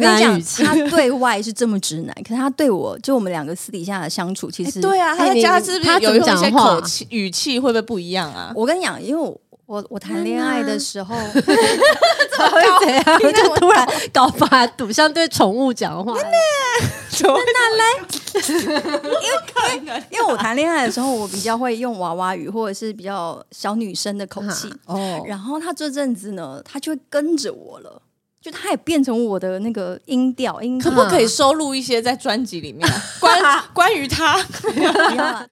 我跟你男讲语，气他对外是这么直 男，可是他对我，就我们两个私底下的相处，其实、对啊，他哎在你家是不他是有怎一么种一些讲话口气、语气会不会不一样啊？我跟你讲，因为我我我谈恋爱的时候， 他会怎样？因为就我突然搞发堵，像对宠物讲话。 因为我谈恋爱的时候，我比较会用娃娃语，或者是比较小女生的口气。哦，然后他这阵子呢，他就会跟着我了，就他也变成我的那个音调音可调。不可以嗯收录一些在专辑里面 关关于他？不要啊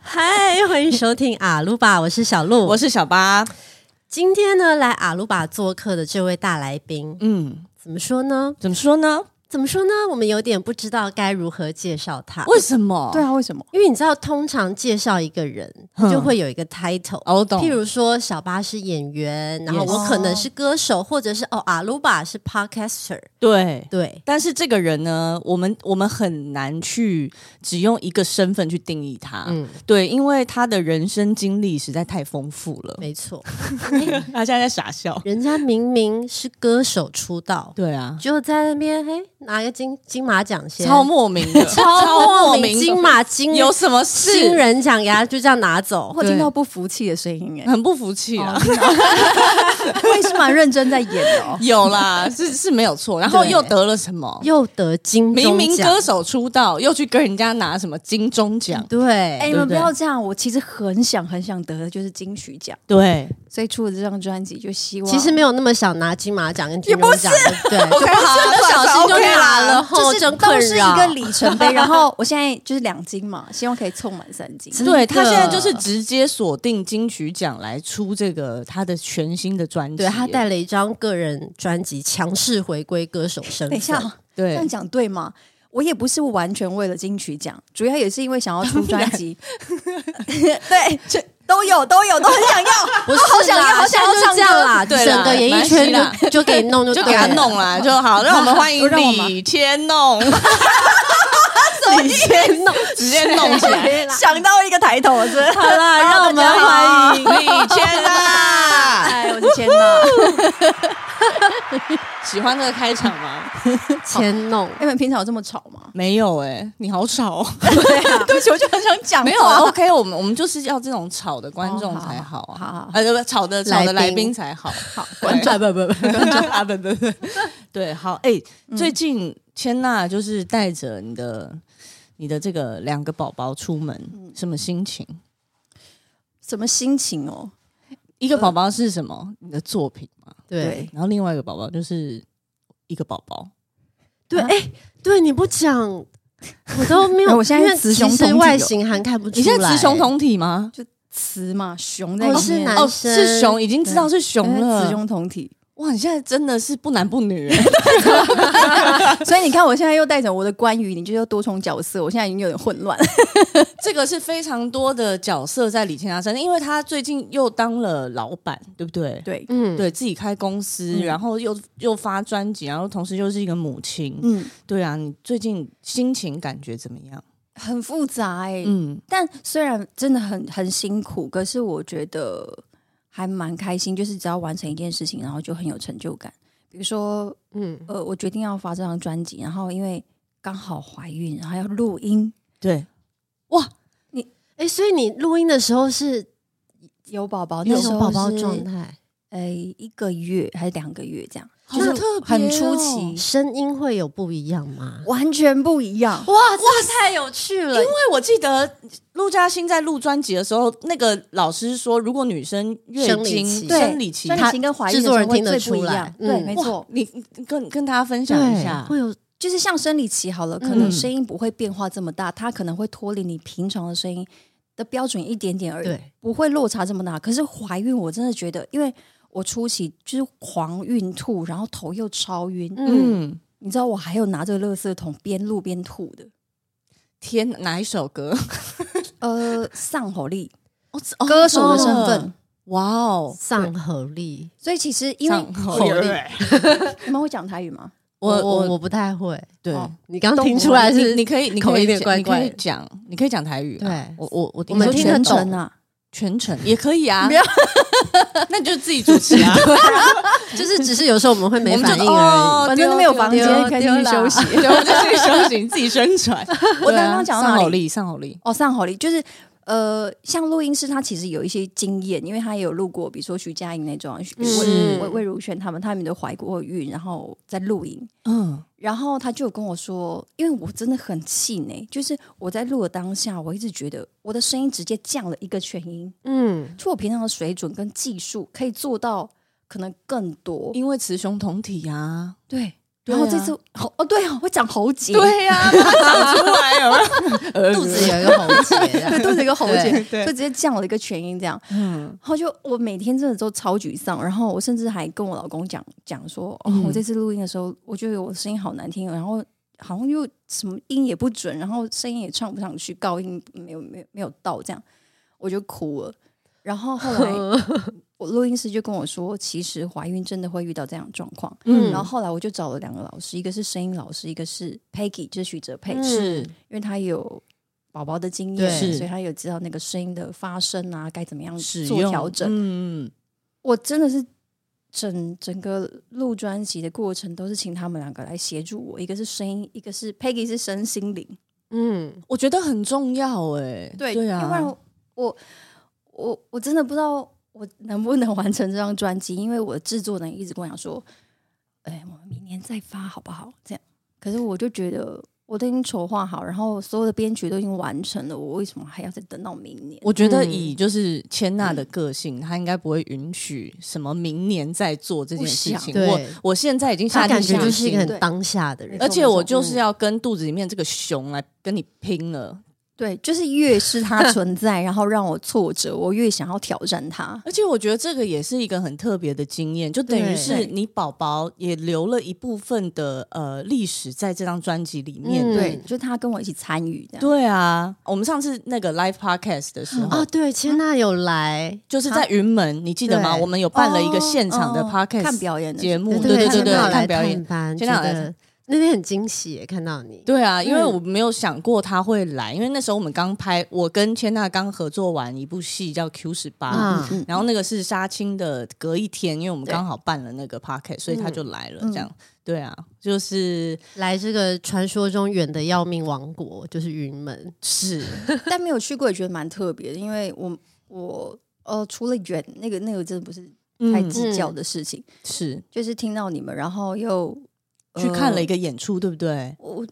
嗨，欢迎收听阿鲁巴，我是小鹿。 我是小八，今天呢来阿鲁巴做客的这位大来宾，嗯，怎么说呢？怎么说呢？怎么说呢？我们有点不知道该如何介绍他。为什么？对，啊，为什么？因为你知道，通常介绍一个人嗯就会有一个 title，、哦我懂譬如说，小巴是演员，然 Yes 后我可能是歌手，或者是哦，阿鲁巴是 podcaster，对。对，但是这个人呢，我们我们很难去只用一个身份去定义他，嗯，对，因为他的人生经历实在太丰富了。没错，他现在在傻笑。人家明明是歌手出道，对啊，就在那边哎拿个金金马奖先，超莫名的， 超莫名的金马金有什么事？新人奖给他就这样拿走，我对听到不服气的声音 哎、很不服气啊。。我也是蛮认真在演的哦 有啦，是是没有错。然后对又得了什么？又得金钟明明奖歌手出道，又去跟人家拿什么金钟奖？对，哎、你们对不不对要这样！我其实很想很想得的就是金曲奖，对，所以出了这张专辑就希望其实没有那么想拿金马奖跟金钟奖，对 不对，就不好，不小心哦就 OK 啦拿了，后啊就是真都困是一扰个里程碑。然后我现在就是两金嘛，希望可以凑满三金。真对的他现在就是直接锁定金曲奖来出这个他的全新的专辑，对他带了一张个人专辑，强势回归歌手身份。 等一下，这对样讲对吗？我也不是完全为了金曲奖，主要也是因为想要出专辑。对，这都有都有都很想要。不是好想啦要好想要现在就唱这样歌啦，对啦整个演艺没关圈系就就给你弄就就对给他了弄啦就 好，让我们欢迎让我吗李千弄，李千弄，直接 弄起来，想到一个抬头，真的。好啦，让我们欢迎。李千啦。哎，我的 天哪！喜欢这个开场吗？千弄，哎你们平常有这么吵 吗？没有哎，你好吵哦，对不起，我就很想 讲话哦没有啊 OK，我们我们就是要这种吵的观众才好哦好好好好，啊呃，不不吵的吵的来来宾宾才好。好，观众啊不不不，跟着他们的 对，好，哎、嗯最近千娜就是带着你的你的这个两个宝宝出门，嗯什么心情？什么心情哦？一个宝宝是什么？你的作品嘛。对对然后另外一个宝宝就是一个宝宝，对，哎，对你不讲， 我都没没有，有我现在因为雌其雄实同体外有形还看不出你来。现在雌雄同体吗？雌嘛，熊在里哦面，是男哦，生是熊，已经知道是熊因为雌了。雄同体。哇，你现在真的是不男不女， 所以你看，我现在又带着我的关羽，你就要多重角色，我现在已经有点混乱。这个是非常多的角色在李千娜身上，因为她最近又当了老板，对不 对？对，嗯，对自己开公司，嗯然后又又发专辑，然后同时又是一个母亲。嗯，对啊，你最近心情感觉怎么样？很复杂哎、嗯，但虽然真的很很辛苦，可是我觉得还蛮开心，就是只要完成一件事情，然后就很有成就感。比如说，嗯，呃，我决定要发这张专辑，然后因为刚好怀孕，然后要录音，对，哎，所以你录音的时候是有宝宝，那那时种候宝宝是状，态，呃，一个月还是两个月这样，好啊就是特别哦很出奇，声音会有不一样吗？完全不一样。哇哇，太有趣了！因为我记得陆嘉欣在录专辑的时候，那个老师说，如果女生月生理经期对生理期，专她辑跟怀制孕的时作候人会听得最不一出来样，嗯对，没哇错，你你跟跟大家分享一对，下，会有就是像生理期好了，可嗯能声音不会变化这么大，它可能会脱离你平常的声音的标准一点点而已，对不会落差这么大。可是怀孕，我真的觉得，因为我初期就是狂孕吐，然后头又超晕，嗯，嗯，你知道我还有拿着垃圾桶边录边吐的，天，哪一首歌？ 呃，丧吼力，歌手的身 份。嗯哇哦，上合力，所以其实因为口令，你们会讲台语吗？我我我我不太会，对，哦你刚听出来你是你可以，你口可以音有点讲怪怪你可以讲，你可以讲台语啊。对我我我，我你们说你听说得得全懂程啊？全程也可以啊不要， 那你就自己主持啊。就是只是有时候我们会哦没我们反就哦应而反正没有房丢间丢可以进去啦休息。对，我们就去休息，你自己宣 传。我刚刚讲到上哪好里？力，上好力，哦，上好力就是呃，像录音室，他其实有一些经验，因为他也有录过，比如说徐佳莹那种，已。嗯是魏魏如萱他们，他们都怀过孕，然后在录音。嗯，然后他就有跟我说，因为我真的很气馁，就是我在录的当下，我一直觉得我的声音直接降了一个全音，嗯，就我平常的水准跟技术可以做到可能更多。因为雌雄同体啊。对，对然后啊这次喉哦对哦，我讲喉结， 呀，把它长出来 了，肚子有一个喉结，啊 对，肚子有个喉结，对就对直接降了一个全音这样。嗯，然后就我每天真的都超沮丧，然后我甚至还跟我老公讲讲说，哦嗯，我这次录音的时候，我觉得我声音好难听哦，然后好像又什么音也不准，然后声音也唱不上去，高音没有没有没有到，这样我就哭了。然后后 来我录音师就跟我说，其实怀孕真的会遇到这样的状况。嗯然后后来我就找了两个老师，一个是声音老师，一个是 Peggy，就是许哲佩，嗯是因为他有宝宝的经对验，所以他有知道那个声音的发声啊，该怎么样使做用调整。嗯，我真的是整整个录专辑的过程都是请他们两个来协助我，一个是声音，一个是 Peggy 是身心灵，嗯，我觉得很重要哎，对啊，要不然我我我我真的不知道我能不能完成这张专辑，因为我的制作人一直跟我讲说，哎，我们明年再发好不好？这样，可是我就觉得。我都已经筹划好，然后所有的编曲都已经完成了，我为什么还要再等到明年？我觉得嗯以就是千娜的个性，她应该不会允许什么明年再做这件事情。不想我对我现在已经下他定感觉决就是一心个了，很当下的没，人错而且我就是要跟肚子里面这个熊来跟你拼了。对，就是越是 它存在，然后让我挫折，我越想要挑战它。而且我觉得这个也是一个很特别的经验，就等于对是你宝宝也留了一部分的呃历史在这张专辑里面。嗯对，就他跟我一起参与这样。对啊，我们上次那个 live podcast 的时候，啊，对，千娜有来，就是在云门，你记得吗？对我们有办了一个哦现场的哦 podcast 看表演的节对目，对对千对，娜有来看表演探。班，千娜有来觉得那天很惊喜耶，看到你，对啊，因为嗯我没有想过他会来，因为那时候我们刚拍，我跟千娜刚合作完一部戏叫《Q 十八》，啊，嗯然后那个是杀青的隔一天，因为我们对刚好办了那个 p o c k e t 所以他就来了。嗯这样，对啊，就是来这个传说中远的要命王国，就是云门，是，但没有去过也觉得蛮特别的，因为我我呃，除了远那个那个真的不是太嗯，计较的事情，是就是听到你们，然后又去看了一个，个演出，对不对？我我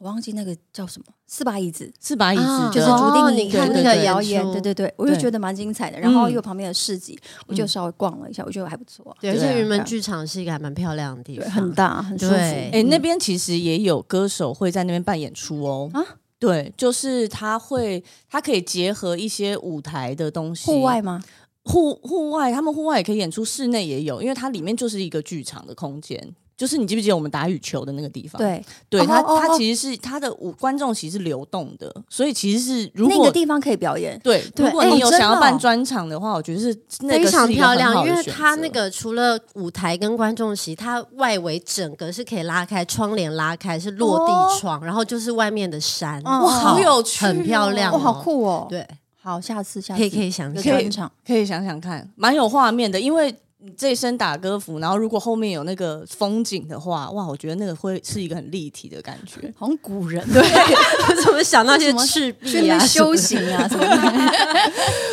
忘记那个叫什么，四把椅子。四把椅子啊就是的朱定哦你对看那对个对谣言演，出对对对，我就对觉得蛮精彩的。然后嗯又有旁边的市集，我就稍微逛了一下，我觉得还不错，对，对而啊且云门剧场是一个还蛮漂亮的地对，方，很大，很舒服。对哎、那边其实也有歌手会在那边办演出哦。啊对，就是他会，他可以结合一些舞台的东西，户外吗？户户外，他们户外也可以演出，室内也有，因为它里面就是一个剧场的空间。就是你记不记得我们打羽球的那个地方？，对，对哦它哦它哦其实是它的舞观众席是流动的，所以其实是如那个果地方可以表演。对，对如果哎你有真的想要办哦专场的话，我觉得是那个非是常一个漂很好亮，的因为选它择那个除了舞台跟观众席，它外围整个是可以拉开，窗帘拉开是落哦地窗，然后就是外面的山，嗯哇，好有趣哦、很漂亮哇，哦好酷哦！，对，好，下次下次可以可以想有想可以 专场，可以想想看，蛮有画面的，因为。你这一身打歌服，然后如果后面有那个风景的话，哇，我觉得那个会是一个很立体的感觉。好像古人 对，我怎么想到一些什么赤壁去那边啊什么修的行啊什么的。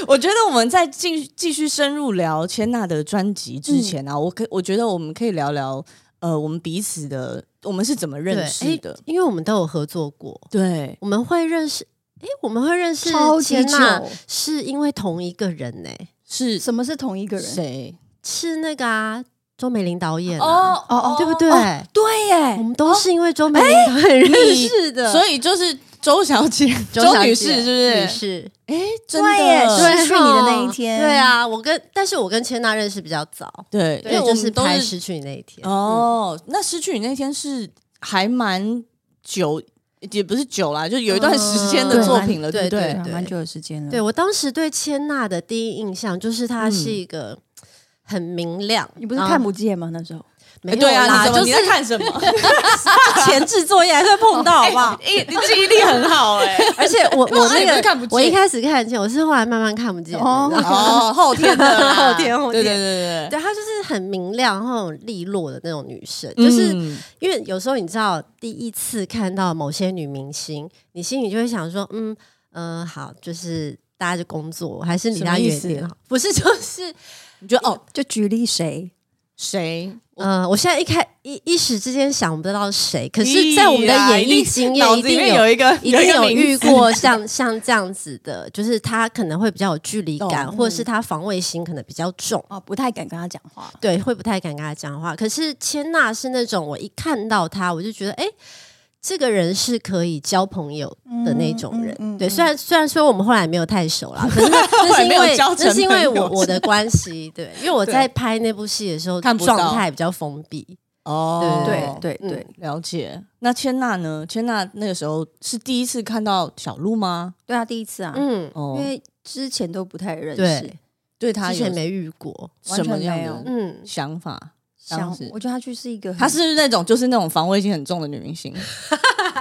我觉得我们在继继续深入聊千娜的专辑之前啊，我可我觉得我们可以聊聊呃，我们彼此的我们是怎么认识的对，哎。因为我们都有合作过，对，我们会认识，哎，我们会认识超级千娜久，是因为同一个人呢、是什么是同一个人？谁？是那个啊，周美玲导演、啊，哦哎哦对不对？哦对我耶，们都是因为周美玲导演认你识的，所以就是 周小姐、小姐女士，是女不是？士，哎，真对耶的，失去你的那一天对啊，我跟但是我跟千娜认识比较早，对，因为对，我就是们都拍是哦失去你那一天。哦，那失去你那天是还蛮久，也不是久啦，就有一段时间的作品了，嗯对不对对啊蛮久的时间了。对我当时对千娜的第一印象就是她嗯是一个很明亮，你不是然后看不见吗？那时候没哎有对啊，啦，你怎么、就是你在看什么？前置作业还是会碰到，好不好？ 哎，你记忆力很好 哎、而且我 我那你不个是看不见我一开始看得见，我是后来慢慢看不见的。哦你知道吗哦，后天的啦后天后对天对对对对，她就是很明亮、然后很利落的那种女生，对，就是嗯因为有时候你知道，第一次看到某些女明星，你心里就会想说，嗯嗯、呃好，就是大家就工作，还是离她远一什么意思点好。不是，就是你觉得哦，就举例谁？谁？呃，我现在一开一一时之间想不到谁，可可是，在我们的演艺经验，一定有。一个一定有名遇字 过像像这样子的，就是他可能会比较有距离感，懂或者是他防卫心可能比较重，哦，不太敢跟他讲话。对，会不太敢跟他讲话。可是千娜是那种我一看到他，我就觉得，哎、这个人是可以交朋友的那种人。嗯嗯嗯对，嗯虽然虽然说我们后来没有太熟 啦，可是那那是因后来没为有交成那是因为朋友我我的关系，对，因为我对在拍那部戏的时候，看不到状态比较封闭。哦，对对嗯对了解。那千娜呢？千娜那个时候是第一次看到小鹿吗？对啊，第一次啊，嗯，哦因，为之前都不太认识对，，对他之有前没遇过。完什全么样没有的嗯，想法？想当时我觉得他就是一个很，她是不是那种就是那种防卫心很重的女明星？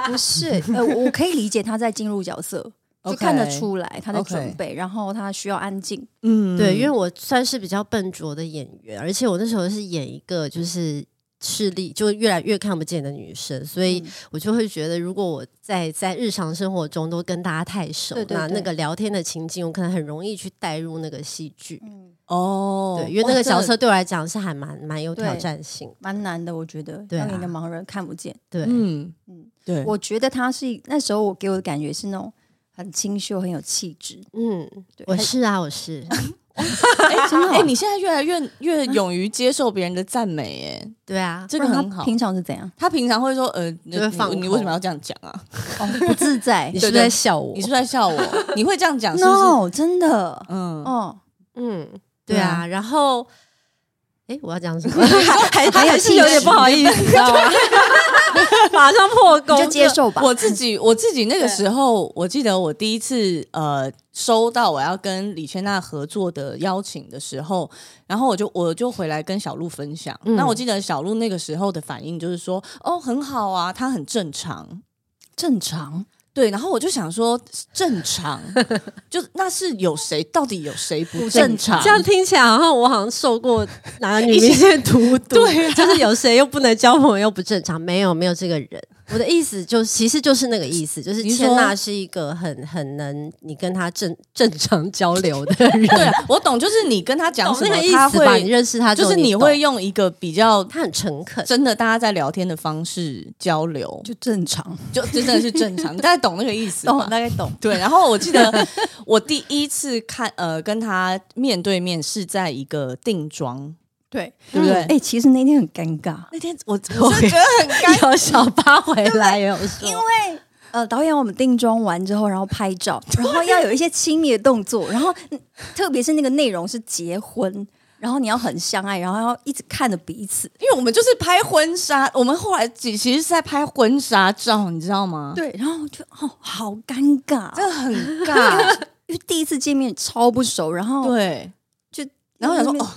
不是？呃，我我可以理解他在进入角色，就 OK 看得出来他在 OK 准备，然后他需要安静。嗯对，因为我算是比较笨拙的演员，而且我那时候是演一个就是视力就越来越看不见的女生，所以嗯我就会觉得，如果我在在日常生活中都跟大家太熟，对对那对那个聊天的情境，我可能很容易去带入那个戏剧。嗯，哦，对，因为那个哇角真的色对我来讲是还蛮蛮有挑对战性。蛮难的，我觉得对啊让一个盲人看不见。对，嗯嗯嗯，对，我觉得他是那时候我给我的感觉是那种很清秀、很有气质。嗯，对我是啊，我是，哎，真的哎，你现在越来越越勇于接受别人的赞美，哎，对啊，这个不然很他好。平常是怎样？他平常会说，呃，就会你放你空为什么要这样讲啊？哦， 不自在 你。是不是对对在笑我？你是不是在笑我？你会这样讲是不是？ no，真的。嗯，哦，嗯，对对啊啊，然后。哎，我要讲什么？还还有哎还是有啊点不好意思，你 知道吗？马上破功，你就接受吧。我自己我自己那个时候，我记得我第一次呃收到我要跟李千娜合作的邀请的时候，然后我就我就回来跟小鹿分享。嗯那我记得小鹿那个时候的反应就是说：“哦，很好啊，他很正常。正常。”对，然后我就想说，正 常，就是那是有谁到底有谁不正正常常？ 这样听起来好像我好像受过哪个女明星的荼毒，对就是有谁又不能交朋友又不正常，没有没有这个人。我的意思就其实就是那个意思，就是你说千娜是一个很很能你跟她正 正常交流的 人，对啊，我懂，就是你跟他讲懂什那么个，意他思吧？你会认识她之就后是你你懂会用一个比较她很诚恳，真的大家在聊天的方式交流，就正常，就真的是正 常，你 大概懂哦那个意思吧？懂大概 懂。对，然后我记 得我第一次看呃跟他面对面是在一个定妆，对，对不对？哎、其实那天很尴尬，那天我我我真的觉得很尴尬，有小八回来也有说，呃，导演我们定妆完之后，然后拍 照，然后要有一些亲密的动作，然后嗯特别是那个内容是结婚，然后你要很相爱，然后要一直看着彼此。因为我们就是拍婚纱，我们后来其其实是在拍婚纱照，你知道吗？对，然后我就哦，好尴尬哦，真的很尬， 因为第一次见面超不熟，然后对，就然后想说因为哦，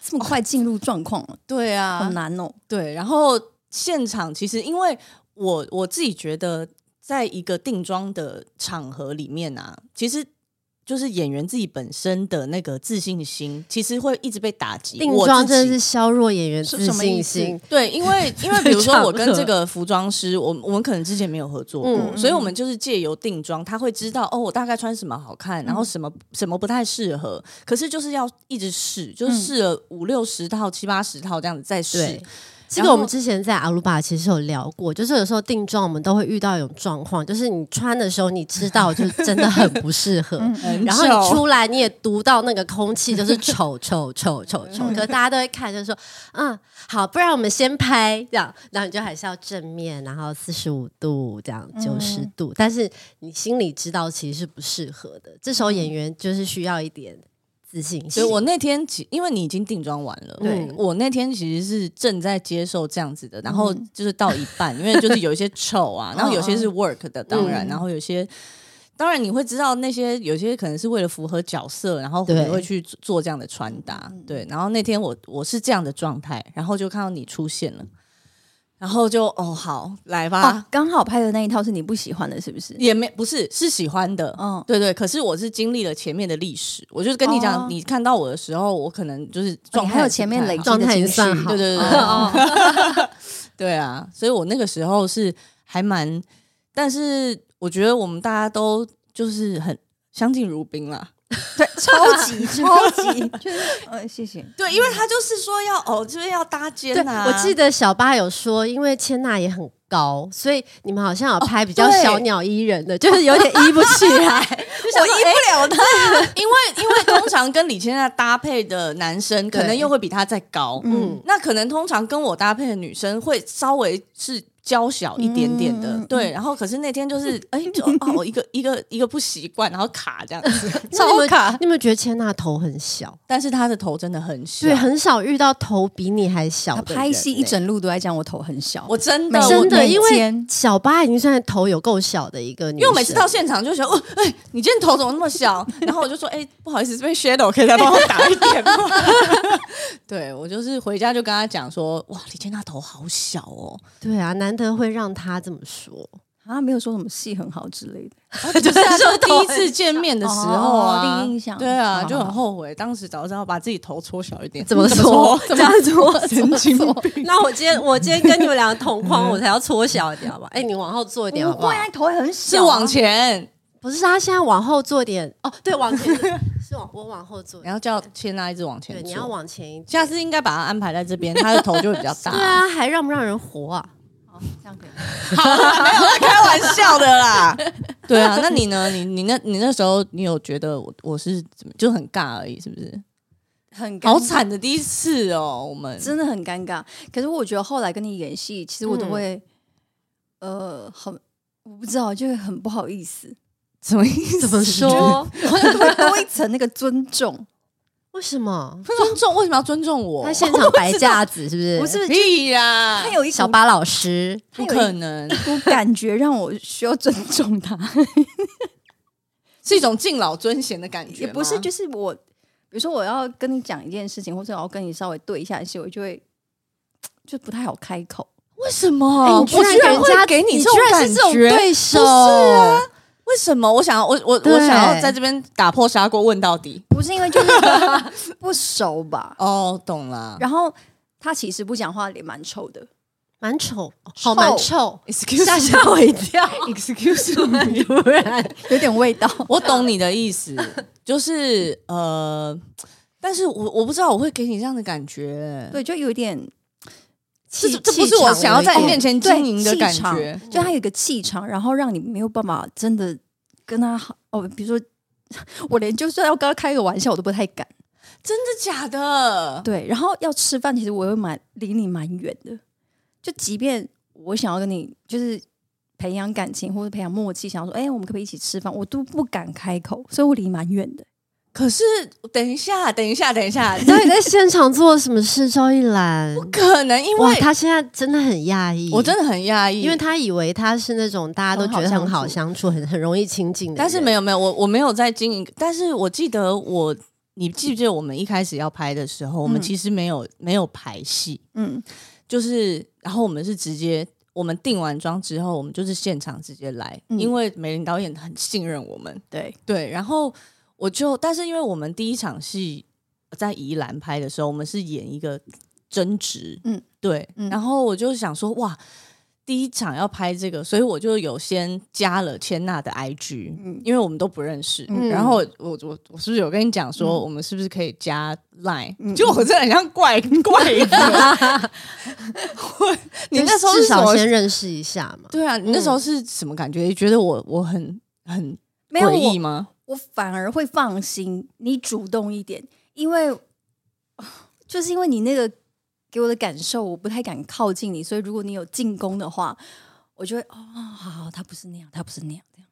这么快进入状况了，对啊，好难哦。对，然后现场其实因为我我自己觉得，在一个定妆的场合里面啊，其实就是演员自己本身的那个自信心，其实会一直被打击。定我妆自真己的是削弱演员是自什么意信思心，对，因为因为比如说场我跟这合个服装师，我们我们可能之前没有合作过，嗯所以我们就是借由定妆，他会知道哦，我大概穿什么好看，然后嗯什么、什么不太适合，可是就是要一直试，就是试了五六十套、七八十套这样子再试嗯对。这然个后我们之前在阿鲁巴其实有聊过，就是有时候定妆我们都会遇到一种状况，就是你穿的时候你知道就真的很不适合，嗯很然后你丑出来你也读到那个空气就是丑丑丑丑丑，嗯可是大家都会看就说嗯好，不然我们先拍这样，然后你就还是要正面，然后四十五度这样九十嗯度，但是你心里知道其实是不适合的，这时候演员就是需要一点。自信所心。以我那天其因为你已经定妆完了，对嗯我那天其实是正在接受这样子的，然后就是到一 半，因为就是有一些丑啊，然后有些是 work 的，当然，嗯然后有些。当然，你会知道那些有些可能是为了符合角色，然后对嗯你会去做做这样的穿搭，对。然后那天我我是这样的状态，然后就看到你出现了，然后就哦好来吧，啊哦，刚好拍的那一套是你不喜欢的，是不是？也没不是是喜欢的，嗯对对。可是我是经历了前面的历史，我就是跟你讲，哦你看到我的时候，我可能就是状你态还有是前不面太累好积状的态情也算绪好对对对对哦对啊，所以我那个时候是还蛮，但是我觉得我们大家都就是很相敬如宾啦。 对，超级超级，就是呃，谢谢。对，因为他就是说要哦，就是要搭肩啊对，呐、我 记得小八有说，因为千娜也很高，所以你们好像有拍比较小鸟依人的，就是有点依不 起来，就想我说医不了他，因为因为通常跟李千娜搭配的男生，可能对又会比他再高。嗯，那可能通常跟我搭配的女生会稍微是娇小一点点的，嗯嗯对。然后可是那天 就是，哎、就哦，我一个一个一个不习惯，然后卡这样子。 超卡。你们觉得千娜头很小？但是她的头真的很小，对，很少遇到头比你还小哦他的人拍戏欸一整路都在讲我头很小，我真的每我真的，每因为天小八已经算头有够小的一个女生，因为我每次到现场就想，哦，哎、你今天头怎么那么小？ 然后我就说，哎、不好意思，这边 shadow 可以再帮我打一 点吗？对我就是回家就跟他讲说，哇，李健娜头好小哦，对啊，难得会让她这么说，啊没有说什么戏很好之类的。 就是啊就第一次见面的时候啊，哦第一印象对啊，好就很后悔，当时早知道把自己头搓小一点，怎么搓说？？这样说？神经病那我 今天我今天跟你们两个同 框，我才要缩小一点好吧？哎、你往后坐一点好不不好会？啊，头很小是啊，往前，不是，啊他现在往后坐点哦，对，往 前是往我往后坐然，后叫千娜一直往前对，坐。你要往前一点。下次应该把它安排在这边，他的头就会比较 大。对啊，还让不让人活啊？哦，这样可以。开玩笑的啦。对啊，那你呢？你你那你那时候你有觉得我我是怎么就很尬而已，是不是？很尴好尬，惨的第一次哦，我们真的很尴尬。可是我觉得后来跟你演戏，其实我都嗯会，呃，很我不知道，就是很不好意思，什么意思？怎 么说？好像会多一层那个尊 重。为什么？尊重？为什么要尊重我？他现场摆架 子是不是？不是，屁呀、他有一小股巴老师，他不有可一能，股感觉让我需要尊重 他，是一种敬老尊贤的感觉也吗。不是，就是我，比如说我要跟你讲一件事情，或者我要跟你稍微对一下戏，我就会就不太好开口。为什哎么？你居然给我人居然家哦会给你你居这种然感是这种觉，对手，不是啊为什么？我想要，我我对我想要在这边打破砂锅问到底。不是因为就是不熟 吧，哦，懂了。然后他其实不讲话，脸蛮臭的。蛮丑，哦好蛮臭， Excuse 吓 me，吓我一跳， Excuse me，嗯突然。有点味道。我懂你的意思， 就是呃，但是我我不知道我会给你这样的感觉，对，就有点 这气这不是我想要在你面气前经营的对感气觉。就他有一个气场，然后让你没有办法真的跟他好哦。比如说， 我连就算要跟他开个玩笑，我都不太敢。真的假的？对，然后要吃饭，其实我会蛮离你蛮远的。就即便我想要跟你就是培养感情或者培养默契，想要说，哎、我们可不可以一起吃饭？我都不敢开口，所以我离蛮远的。可是等一下，等一下，等一下，气场。那哦你在现场做了什么事？赵一兰，可能因哇，为他现在真的很讶异，我真的很压抑，因为他以为他是那种大家都觉得很好相处、很很容易亲近的人，但是没有没有，我我没有在经营，但是我记得我，你记不记得我们一开始要拍的时候，我们嗯其实没有没有排戏，嗯，就是然后我们是直接。我们定完妆之后，我们就是现场直接来，嗯因为美玲导演很信任我们，对，对，然后我就，但是因为我们第一场戏在宜兰拍的时候，我们是演一个争执，嗯嗯，对，嗯然后我就想说，哇，第一场要拍这个，所以我就有先加了千娜的 IG，嗯因为我们都不认识，嗯然后我我我是不是有跟你讲说，嗯我们是不是可以加 Line？、嗯就我真的很像怪怪人， 我你那时候至是什少么？先认识一下嘛。对啊，你那时候是什么感觉？觉得我我很很嗯没有诡我异吗？我反而会放心你主动一点，因为就是因为你那个给我的感受，我不太敢靠近你，所以如果你有进攻的话，我就会哦，好好，他不是那样，他不是那样，这样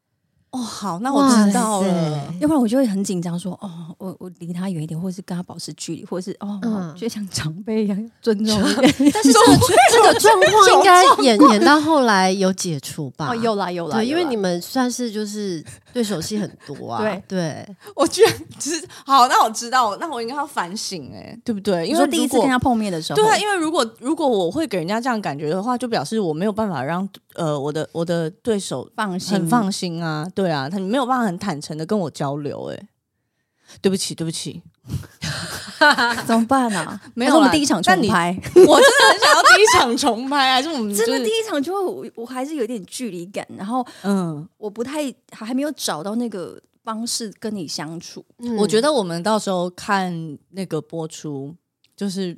哦，好，那我知道哇了塞。要不然我就会很紧张，说哦，我我离他远一点，或是跟他保持距离，或是哦，嗯我就像长辈一样尊重一点。但是这个这个状况应该演演到后来有解除吧？哦，有啦有啦，对，因为有啦你们算是就是对手戏很多啊。对对，我居然只是好，那我知道了，那我应该要反省哎、对不对？你因说为第一次如果跟他碰面的时候，对啊，因为如果如果我会给人家这样感觉的话，就表示我没有办法让呃我的我的对手放心很放 心啊，对啊，他没有办法很坦诚的跟我交流、欸，对不起，对不 起，怎么办啊？没还有是我们啦第一场但重你 拍，我真的很想要第一场重拍，还是我 们、就真是、的第一场就会我我还是有点距离感，然后嗯，我不太还还没有找到那个方式跟你相处。我觉得得我们到时候看那个播出，就是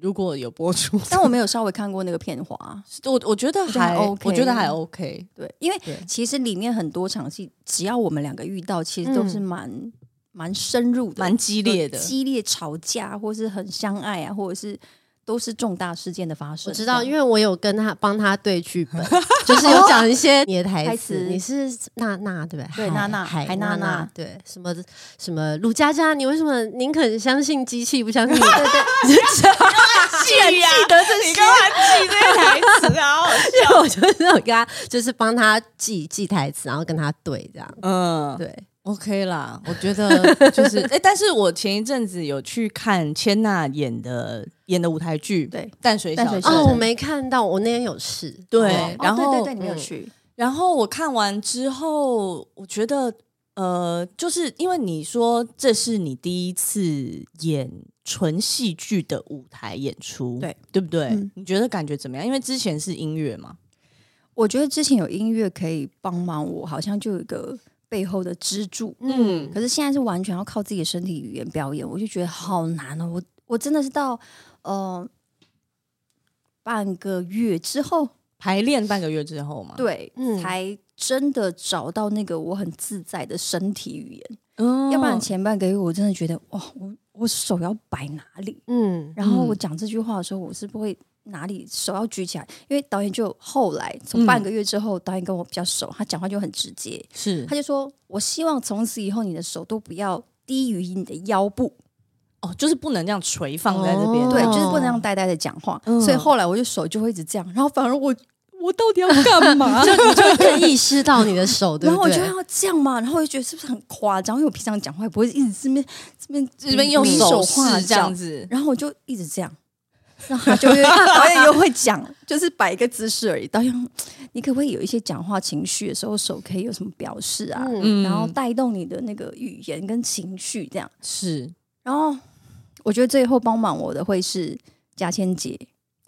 如果有播出，但我没有稍微看过那个片花，我我觉得觉得还还 OK 我觉得还 OK，对，因为对其实里面很多场戏，只要我们两个遇到，其实都是嗯蛮蛮、深入的，蛮激烈的，激烈吵架，或是很相爱啊，或者是都是重大事件的发生。我知道，因为为我有跟他帮他对剧本，就是有讲一些你的台台词。词你是娜娜对不对？对海娜娜海海娜娜娜娜，对什么什么卢佳佳，你为什么宁肯相信机器不相信？对 对，记呀、记得这些，你刚才记这些台词啊， 因为我就是有跟他，就是帮他记记台词，然后跟他对这样。嗯，对， OK 啦，我觉得 就是，哎、但是我前一阵子有去看千娜演的演的舞台剧，对淡水小淡水镇小哦，镇我没看到，我那天有事。对哦然后对对对，你没有嗯去，然后我看完之后，我觉得呃，就是因为你说这是你第一次演纯戏剧的舞台演出，对对不对、嗯你觉得感觉怎么样？因为之前是音乐嘛，我觉得之前有音乐可以帮忙我，好像就有一个背后的支柱。嗯，可是现在是完全要靠自己的身体语言表演，我就觉得好难哦。我我真的是到呃半个月之后，排练半个月之后嘛，，对，嗯才真的找到那个我很自在的身体语言。嗯要不然前半个月我真的觉得哇，我我手要摆哪里，嗯，然后嗯我讲这句话的时候，我是不会。哪里手要举起来？因为导演就后来嗯从半个月之后，导演跟我比较熟，他讲话就很直接，是他就说：“我希望从此以后你的手都不要低于你的腰部，哦，就是不能这样垂放在这边，哦对，就是不能让呆呆的讲话。嗯所以后来我就手就会一直这样，然后反而我我到底要干嘛？ 就你就会更意识到你的手，对然后不我就对？要这样嘛，然后我就觉得是不是很夸张？因为我平常讲话也不会一直这边这边这边用比手画势这样脚，子，然后我就一直这样。然后他就会，导演又会讲，就是摆一个姿势而已。导演，你可不可以有一些讲话情绪的时候，手可以有什么表示啊？嗯嗯，然后带动你的那个语言跟情绪这样。是然后我觉得最后帮忙我的会是贾千杰，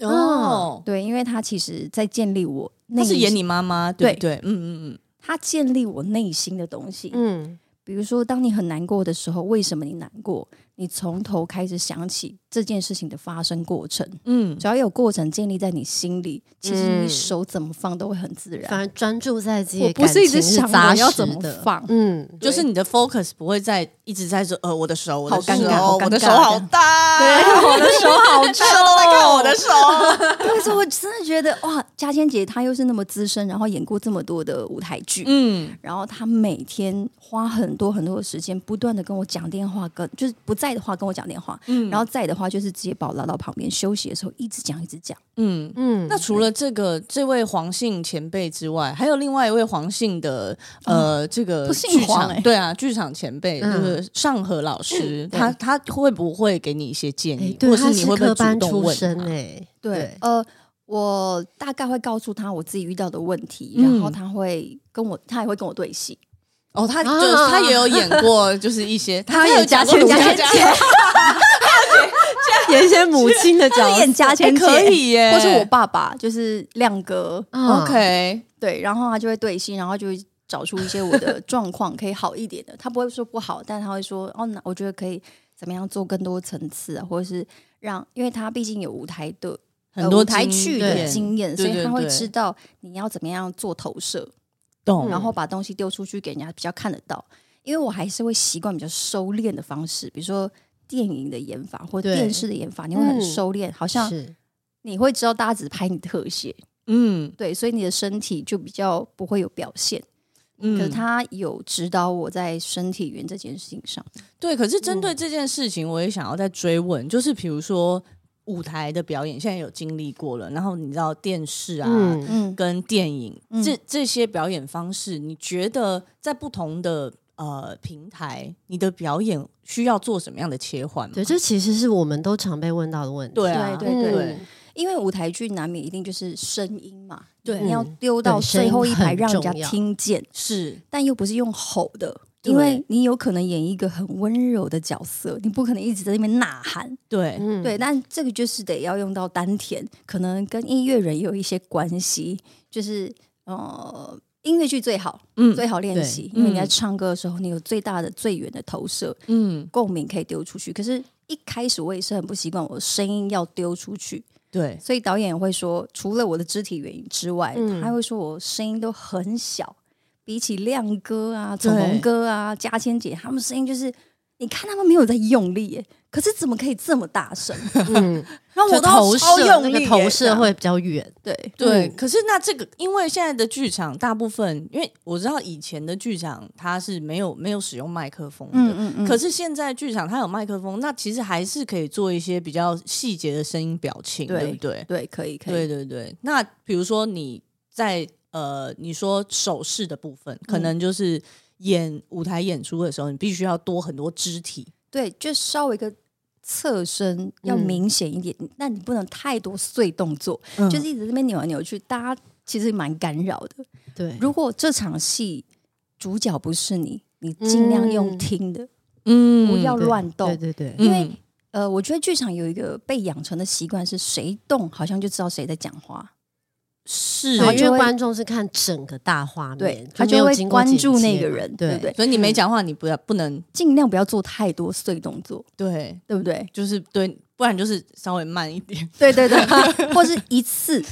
哦，对，因为他其实在建立我内她是演心，你妈妈，对不对？嗯嗯他建立我内心的东西。嗯，比如说，当你很难过的时候，为什么你难过？你从头开始想起这件事情的发生过程，嗯嗯，只要有过程建立在你心里，其实嗯你手怎么放都会很自然。反而专注在自己的啊我不感是一直情想扎我实要怎么的， 放，嗯，就是你的 focus 不会在一直在说，呃，我的手，我的好尴尬手好尴尬我的手好大，对我的手好 大家都在看我 的手，但是我真的觉得哇，嘉千姐她又是那么资深，然后演过这么多的舞台剧，嗯，然后他每天花很多很多的时间，不断的跟我讲电话，跟就是不在的话跟我讲电话，嗯然后在的话就是直接把我拉到旁边休息的时候一直讲一直讲。嗯。嗯，那除了这个这位黄姓前辈之外，还有另外一位黄姓的呃，这个哦不姓剧场黄欸对啊，剧场前辈就嗯是上河老师，对他他会不会给你一些建哎议，，对，或他你会不会主科班动出问身欸他？ 哎，对呃，我大概会告诉他我自己遇到的问题，嗯然后他会跟我，他也会跟我对戏。哦，他就啊是他也有演过，就是 一些他有有加讲过千卢加家千佳姐，演一些母亲的角他色，演家 千姐、可以耶或是我爸爸，就是亮哥，嗯 OK，对，然后他就会对戏，然后就会找出一些我的状况可以好一点的。他不会说不好，但他会说哦，那我觉得可以怎么样做更多层次啊，或者是让，因为他毕竟有舞台的很多呃、舞台经剧验的经验，对所以对他会对知道你要怎么样做投射，懂哦嗯然后把东西丢出去给人家比较看得到。因为我还是会习惯比较收敛的方式，比如说电影的演法或对电视的演法，你会很嗯收敛，好像是你会知道大家只拍你特写，嗯，对，所以你的身体就比较不会有表现。嗯可他有指导我在身体语言这件事情上。对，可是针嗯对这件事情，我也想要再追问，就是比如说舞台的表演，现在有经历过了，然后你知道电视啊。嗯，嗯，跟电影嗯这这些表演方式，你觉得在不同的呃平台，你的表演需要做什么样的切换吗？对，这其实是我们都常被问到的问题。嗯对啊，对对对因为舞台剧难免一定就是声音嘛，对你要嗯丢到对声音最后一排很让人重家要听见，是但又不是用吼的，对因为你有可能演一个很温柔的角色，你不可能一直在那边呐喊。对，嗯对，但这个就是得要用到丹田，可能跟音乐人有一些关系，就是呃，音乐剧最好，嗯最好练习，因为你在唱歌的时候，你有最大的、最远的投射，嗯，共鸣可以丢出去。可是，一开始我也是很不习惯，我声音要丢出去，对，所以导演也会说，除了我的肢体原因之外，嗯他会说我声音都很小，比起亮哥啊、成龙对哥啊、嘉千姐，他们声音就是。你看他们没有在用力耶，可是怎么可以这么大声？嗯，然后就我都投超射用那力个耶，投这射样会比较远。对对，嗯可是那这个，因为现在的剧场大部分，因为我知道以前的剧场它是没有没有使用麦克风的，嗯嗯嗯，可是现在剧场它有麦克风，那其实还是可以做一些比较细节的声音表情，对对不对？对可以可以，对对对。那比如说你在呃，你说手势的部分，可能就是演舞台演出的时候，你必须要多很多肢体，对，就稍微一个侧身要嗯明显一点，但你不能太多碎动作，就就是是一直在那边扭来扭去，大家其实蛮干扰的。嗯对，如果这场戏主角不是你，你尽量用嗯听的，嗯不要对乱动。对对对，因为嗯呃，我觉得剧场有一个被养成的习惯是，谁动好像就知道谁在讲话，是然后对，就因为会观众是看整个大画面，对就他没就有会经过关剪注那接个嘛人，对对不对？所以你没讲话，你不要不能尽量不要做太多碎动作，对，对不对？就是对，不然就是稍微慢一点。对对对， 或是一次。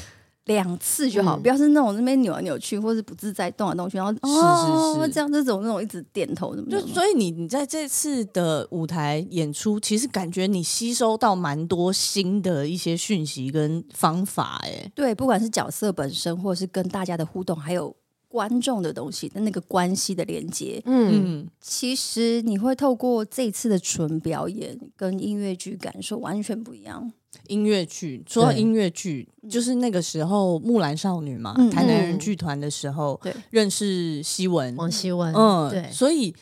两次就好，嗯不要是那种那边扭来扭去，或是不自在动来动去，然后是哦是这样这种那种一直点头什么就的，所以你你在这次的舞台演出，其实感觉你吸收到蛮多新的一些讯息跟方法、欸，对，不管是角色本身，或是跟大家的互动，还有观众的东西，那个关系的连接，嗯，嗯，其实你会透过这次的纯表演跟音乐剧感受完全不一 样。音乐剧，说到对音乐剧，嗯就是那个时候木兰少女嘛，嗯台南人剧团的时候，对认识希文，王希文，嗯，嗯对，所以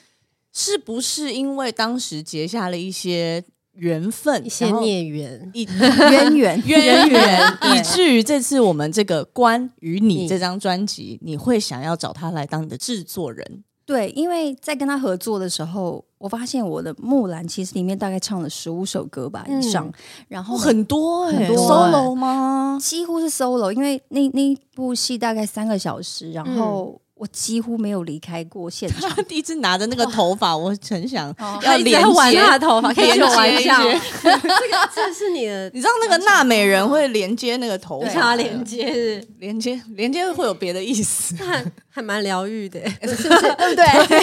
是不是因为当时结下了一些缘分，一些然后 孽 缘，以，渊源渊源， 对以至于这次我们这个关于你你这张专辑，你会想要找他来当你的制作人， 对，因为在跟他合作的时候，我发现我的《木兰》其实里面大概唱了十五首歌吧以上，嗯然后哦，很多哎、很多欸 solo 吗？几乎是 solo，因为那那一部戏大概三个小时，然嗯后我几乎没有离开过现 场。他一直拿着那个头发，我很想哦要一直在连玩啊接他的 头发，开连这种接玩一笑，些 这是你的 啊你知道那个娜美人会连接那个头对发，插连接，。连接连接会有别的意思看还蛮疗愈的， 是不是？对不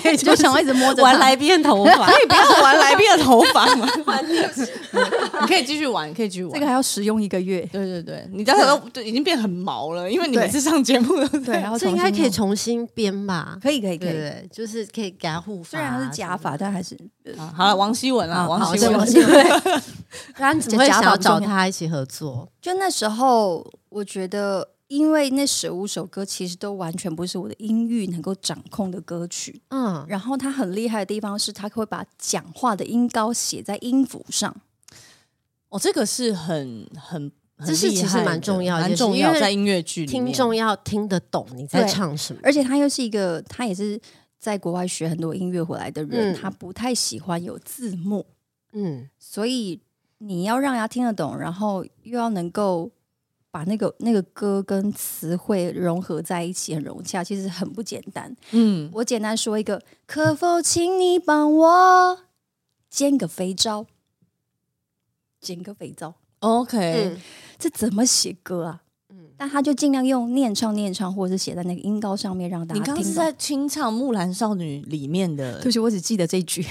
对？ 就想要一直摸着它 玩来变 头发，你不要玩来宾的头发嘛， 你可以继续玩，你可以继续玩。，这个还要使用一个月对对对，你刚才都对已经变很毛了，因为你每次上节目都对，然后这应该重可新以弄重新编吧？可以可以可对以。对，就是可以给他护发啊什么的，虽然它是假发，但还是啊好了，王希文啊，啊王好希对文王 希，文不然你怎么会假想发要不重要找他一起合作？就那时候，我觉得，因为那十五首歌其实都完全不是我的音域能够掌控的歌曲。嗯，然后它很厉害的地方是，它会把讲话的音高写在音符上。哦，这个是很很，很这是其实厉害的蛮重要的蛮一件事重要因为在音乐剧里面听众要听得懂你在对唱什么，而且他又是一个，他也是在国外学很多音乐回来的人，嗯他不太喜欢有字幕，嗯，所以你要让人家听得懂，然后又要能够把那个那个歌跟词汇融合在一起，很融洽，其实很不简单。嗯，我简单说一个，可否请你帮我煎个肥皂？煎个肥皂， OK，嗯这怎么写歌啊？嗯但他就尽量用念唱念唱，或者是写在那个音高上嗯面，让大你家刚听刚是懂在清唱《木兰少女》里面的 对不起，我只记得这一句。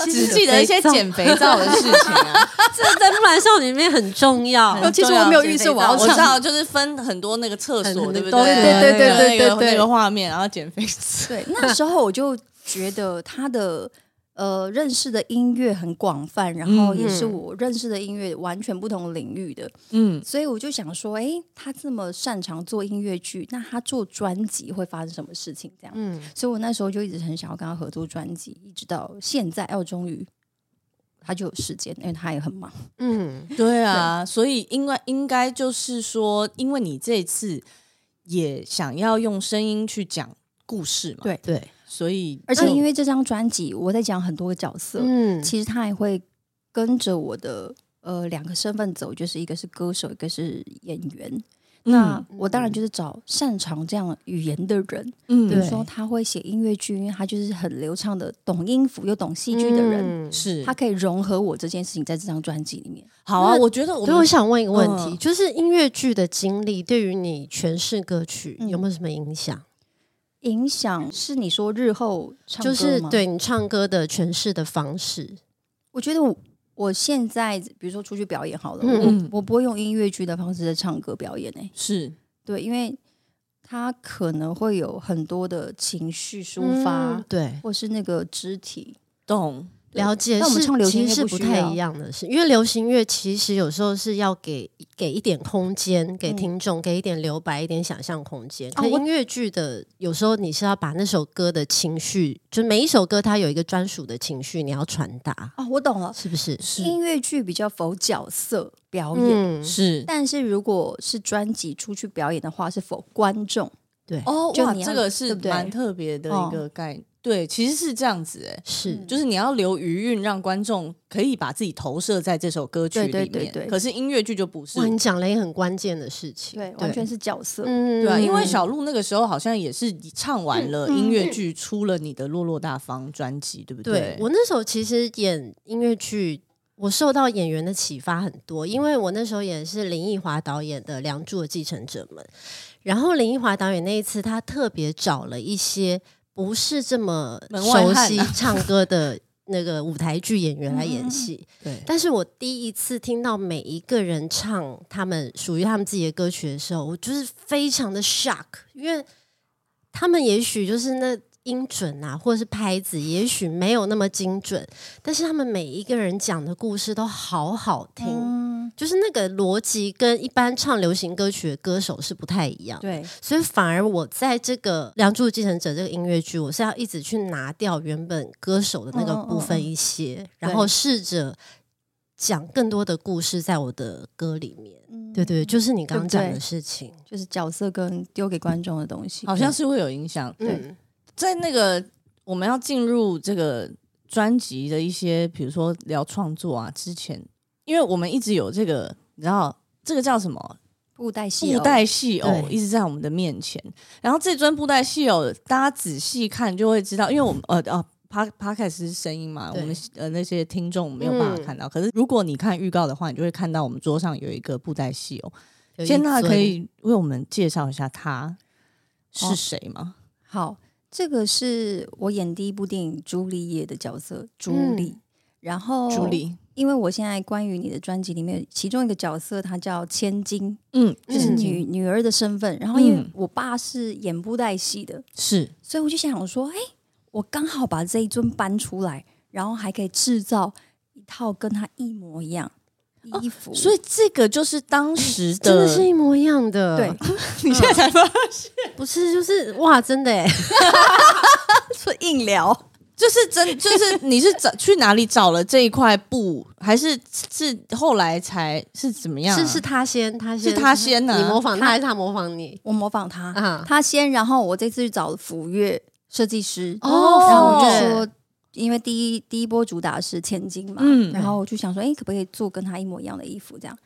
只记得一些减肥皂的事情 啊。这在木兰少女里面很重要。哦其实我没有预设我要我唱知道，就是分很多那个厕所，很对不多对？对对对对那个对对那个画面，然后减肥皂。对，那时候我就觉得他的 呃认识的音乐很广泛，然后也是嗯我认识的音乐完全不同领域的，嗯，所以我就想说，诶，他这么擅长做音乐剧，那他做专辑会发生什么事情？这样，嗯，所以我那时候就一直很想要跟他合作专辑，一直到现在，哦，终于他就有时间，因为他也很忙。嗯，对啊，所以应该应该就是说，因为你这次也想要用声音去讲故事嘛，对对，所以而且就因为这张专辑，我在讲很多个角色，嗯，其实他也会跟着我的呃两个身份走，就是一个是歌手，一个是演员。嗯那嗯我当然就是找擅长这样语言的人，嗯比对如说他会写音乐剧，因为他就是很流畅的懂音符又懂戏剧的人，嗯是他可以融合我这件事情在这张专辑里面。好啊，那我觉得我对，们我想问一个问题，嗯就是音乐剧的经历对于你诠释歌曲嗯有没有什么影响？影响是你说日后唱歌就是吗，对你唱歌的诠释的方式，我觉得我我现在比如说出去表演好了，嗯我我不会用音乐剧的方式在唱歌表演诶、欸是对，因为他可能会有很多的情绪抒发，嗯对。或是那个肢体。懂，对了解，那我们是唱流行其乐实是不不需太要一样的是，因为流行乐其实有时候是要给给一点空间给嗯听众，给一点留白，一点想象空间。啊可我音乐剧的有时候你是要把那首歌的情绪，就每一首歌它有一个专属的情绪，你要传达，哦，我懂了，是不是？音乐剧比较否角色表演，嗯，是但是如果是专辑出去表演的话，是否观众？对，哦，就哇，你要这个对是不对哦蛮特别的一个概对，其实是这样子哎、是就是你要留余韵，让观众可以把自己投射在这首歌曲里面。对对对对可是音乐剧就不是哇，，你讲了一个很关键的事情，对，完全是角色。嗯对啊，因为小鹿那个时候好像也是唱完了嗯音乐剧，出了你的《落落大方》专辑，对不对我那时候其实演音乐剧，我受到演员的启发很多，因为我那时候演的是林奕华导演的《梁祝的继承者们》，然后林奕华导演那一次他特别找了一些不是这么门外熟汉啊悉唱歌的那个舞台剧演员来演戏，对但是我第一次听到每一个人唱他们属于他们自己的歌曲的时候，我就是非常的 shock，因为他们也许就是那音准啊，或者是拍子，也许没有那么精准，但是他们每一个人讲的故事都好好听，嗯，就是那个逻辑跟一般唱流行歌曲的歌手是不太一样的。对，所以反而我在这个《梁祝继承者》这个音乐剧，我是要一直去拿掉原本歌手的那个部嗯分一些，然后试着讲更多的故事在我的歌里面。嗯对对，就是你刚刚讲对的不对事情。就是角色跟丢给观众的东西，好像是会有影响。嗯，在那个我们要进入这个专辑的一些，比如说聊创作啊之前，因为我们一直有这个，你知道这个叫什么？布袋戏布偶，袋戏偶哦对一直在我们的面前。然后这尊布袋戏偶，大家仔细看就会知道，因为我们呃啊。p o 帕 c a s t 是声音嘛，对嗯我们呃那些听众没有办法看到。可是如果你看预告的话，你就会看到我们桌上有一个布袋戏偶。有一先娜可尊哦以为我们介绍一下他是谁吗？好，这个是我演第一部电影《朱丽叶》的角色朱嗯莉，然后朱，莉，因为我现在关于你的专辑里面，其中一个角色她叫千金，嗯，就是嗯女、女儿的身份。然后因为嗯我爸是演布袋戏的，是所以我就想说，哎，我刚好把这一尊搬出来，然后还可以制造一套跟她一模一样衣服，所以这个就是当时嗯哎真的，的是一模一样的， 对， 你现在才发，不是就是哇，真的哎，所以硬聊。就是真， 就是你是找去哪里找了这一块布，还是是后来才是怎么样啊、是是他先，他先他先啊你模仿他还是他模仿你？我模仿 她，啊她先，然后我这次去找府乐设计师，哦然后我就对说，因为第一第一波主打是千金嘛，嗯然后我就想说，哎、可不可以做跟他一模一样的衣服这样？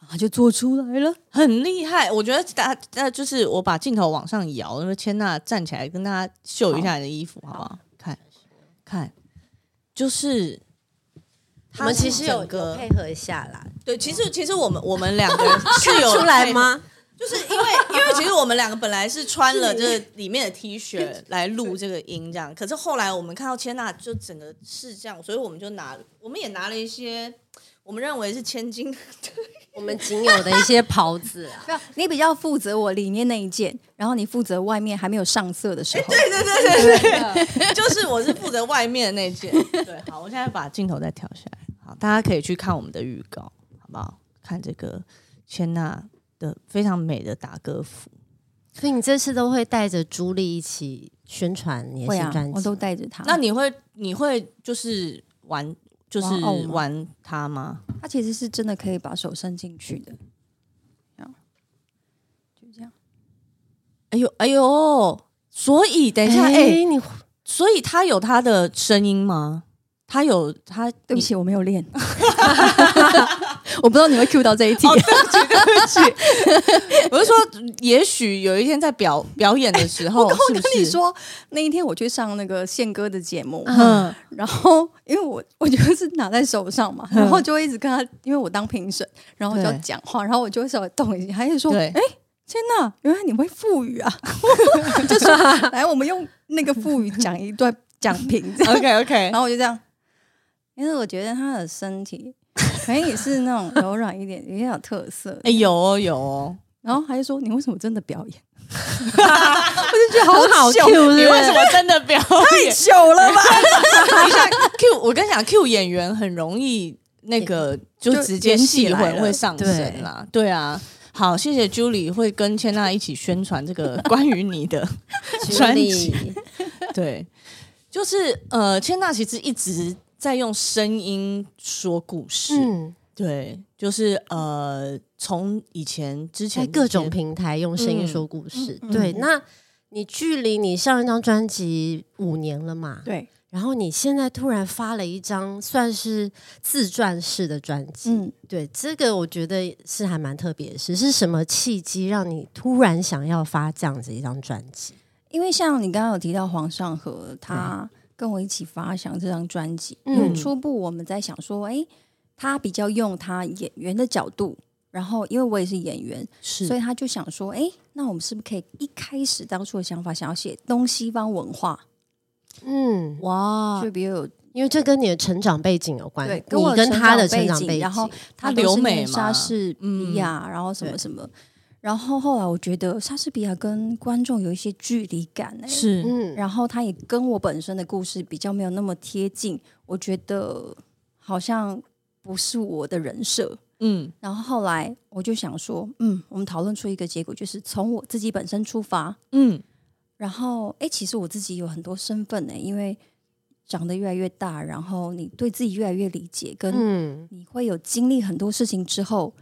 然后就做出来了，很厉害。我觉得大那就是我把镜头往上摇，那么千娜站起来跟大家秀一下你的衣服，好不好？看，看，就是我它们是其实有整个有配合一下啦， 对，其实其实我们我们两个人是有出来？吗？就是因为因为其实我们两个本来是穿了这里面的 T 恤来录这个音这样，可是后来我们看到千娜就整个是这样，所以我们就拿我们也拿了一些我们认为是千金的我们仅有的一些袍子啊，没有你比较负责我里面那一件，然后你负责外面还没有上色的时候。对对对对对，就是我是负责外面的那件。对，好，我现在把镜头再调下来，好，大家可以去看我们的预告，好不好？看这个千娜的非常美的打歌服，所以你这次都会带着朱莉一起宣传你的会新啊，专我辑。都带着它。那你会你会就是玩就是玩偶吗玩它吗？它其实是真的可以把手伸进去的，这样就这样。哎呦哎呦，所以等一下哎、你所以它有它的声音吗？它有它对不起，我没有 练，我不知道你会 cue 到这一题。 哦我是说，也许有一天在表表演的时候，我是不跟是你，说，那一天我去上那个宪哥的节目，嗯，然后因为我我就是拿在手上嘛，然后就会一直跟他，因为我当评审，然后我就要对讲话，然后我就会稍微动一下，他就说：“对哎，天呐，原来你会腹语啊！” 就说：“来，我们用那个腹语讲一段讲评。” 这样 OK OK， 然后我就这样，因为我觉得他的身体可以是那种柔软一点，也有特色的哎、有哦有哦，然后他就说：“你为什么真的表演？” 我就觉得好好糗 Q 是不你是为什么真的表太演？糗了吧？你想 Q，我跟你讲，Q 演员很容易那个就就直接戏演起来魂了会上身啦，对啊。好，谢谢 Julie 会跟千娜一起宣传这 个关于你的，朱专辑莉对，就是呃，千娜其实一直在用声音说故事，嗯，对，就是呃，从以前之前在一各些种平台用声音说故事。嗯嗯对，嗯那你距离你上一张专辑五年了嘛？对，然后你现在突然发了一张算是自传式的专辑，嗯，对，这个我觉得是还蛮特别的事。是什么契机让你突然想要发这样子一张专辑？因为像你刚刚有提到黄尚和，他跟我一起发想这张专辑，嗯因为初步我们在想说，哎、他比较用他演员的角度，然后因为我也是演员，是所以他就想说，哎、那我们是不是可以一开始当初的想法，想要写东西方文化，嗯，哇就，比如有因为这跟你的成长背景有关，对你跟我的跟他的成成长长背背景，景然后他他都是留美念嘛嗯莎士比亚，然后什么对什么。然后后来我觉得莎士比亚跟观众有一些距离感、哎，是嗯，然后他也跟我本身的故事比较没有那么贴近，我觉得好像不是我的人设。嗯然后后来我就想说，嗯，我们讨论出一个结果，就是从我自己本身出发。嗯然后，哎，其实我自己有很多身份呢、因为长得越来越大，然后你对自己越来越理解，跟嗯，你会有经历很多事情之后，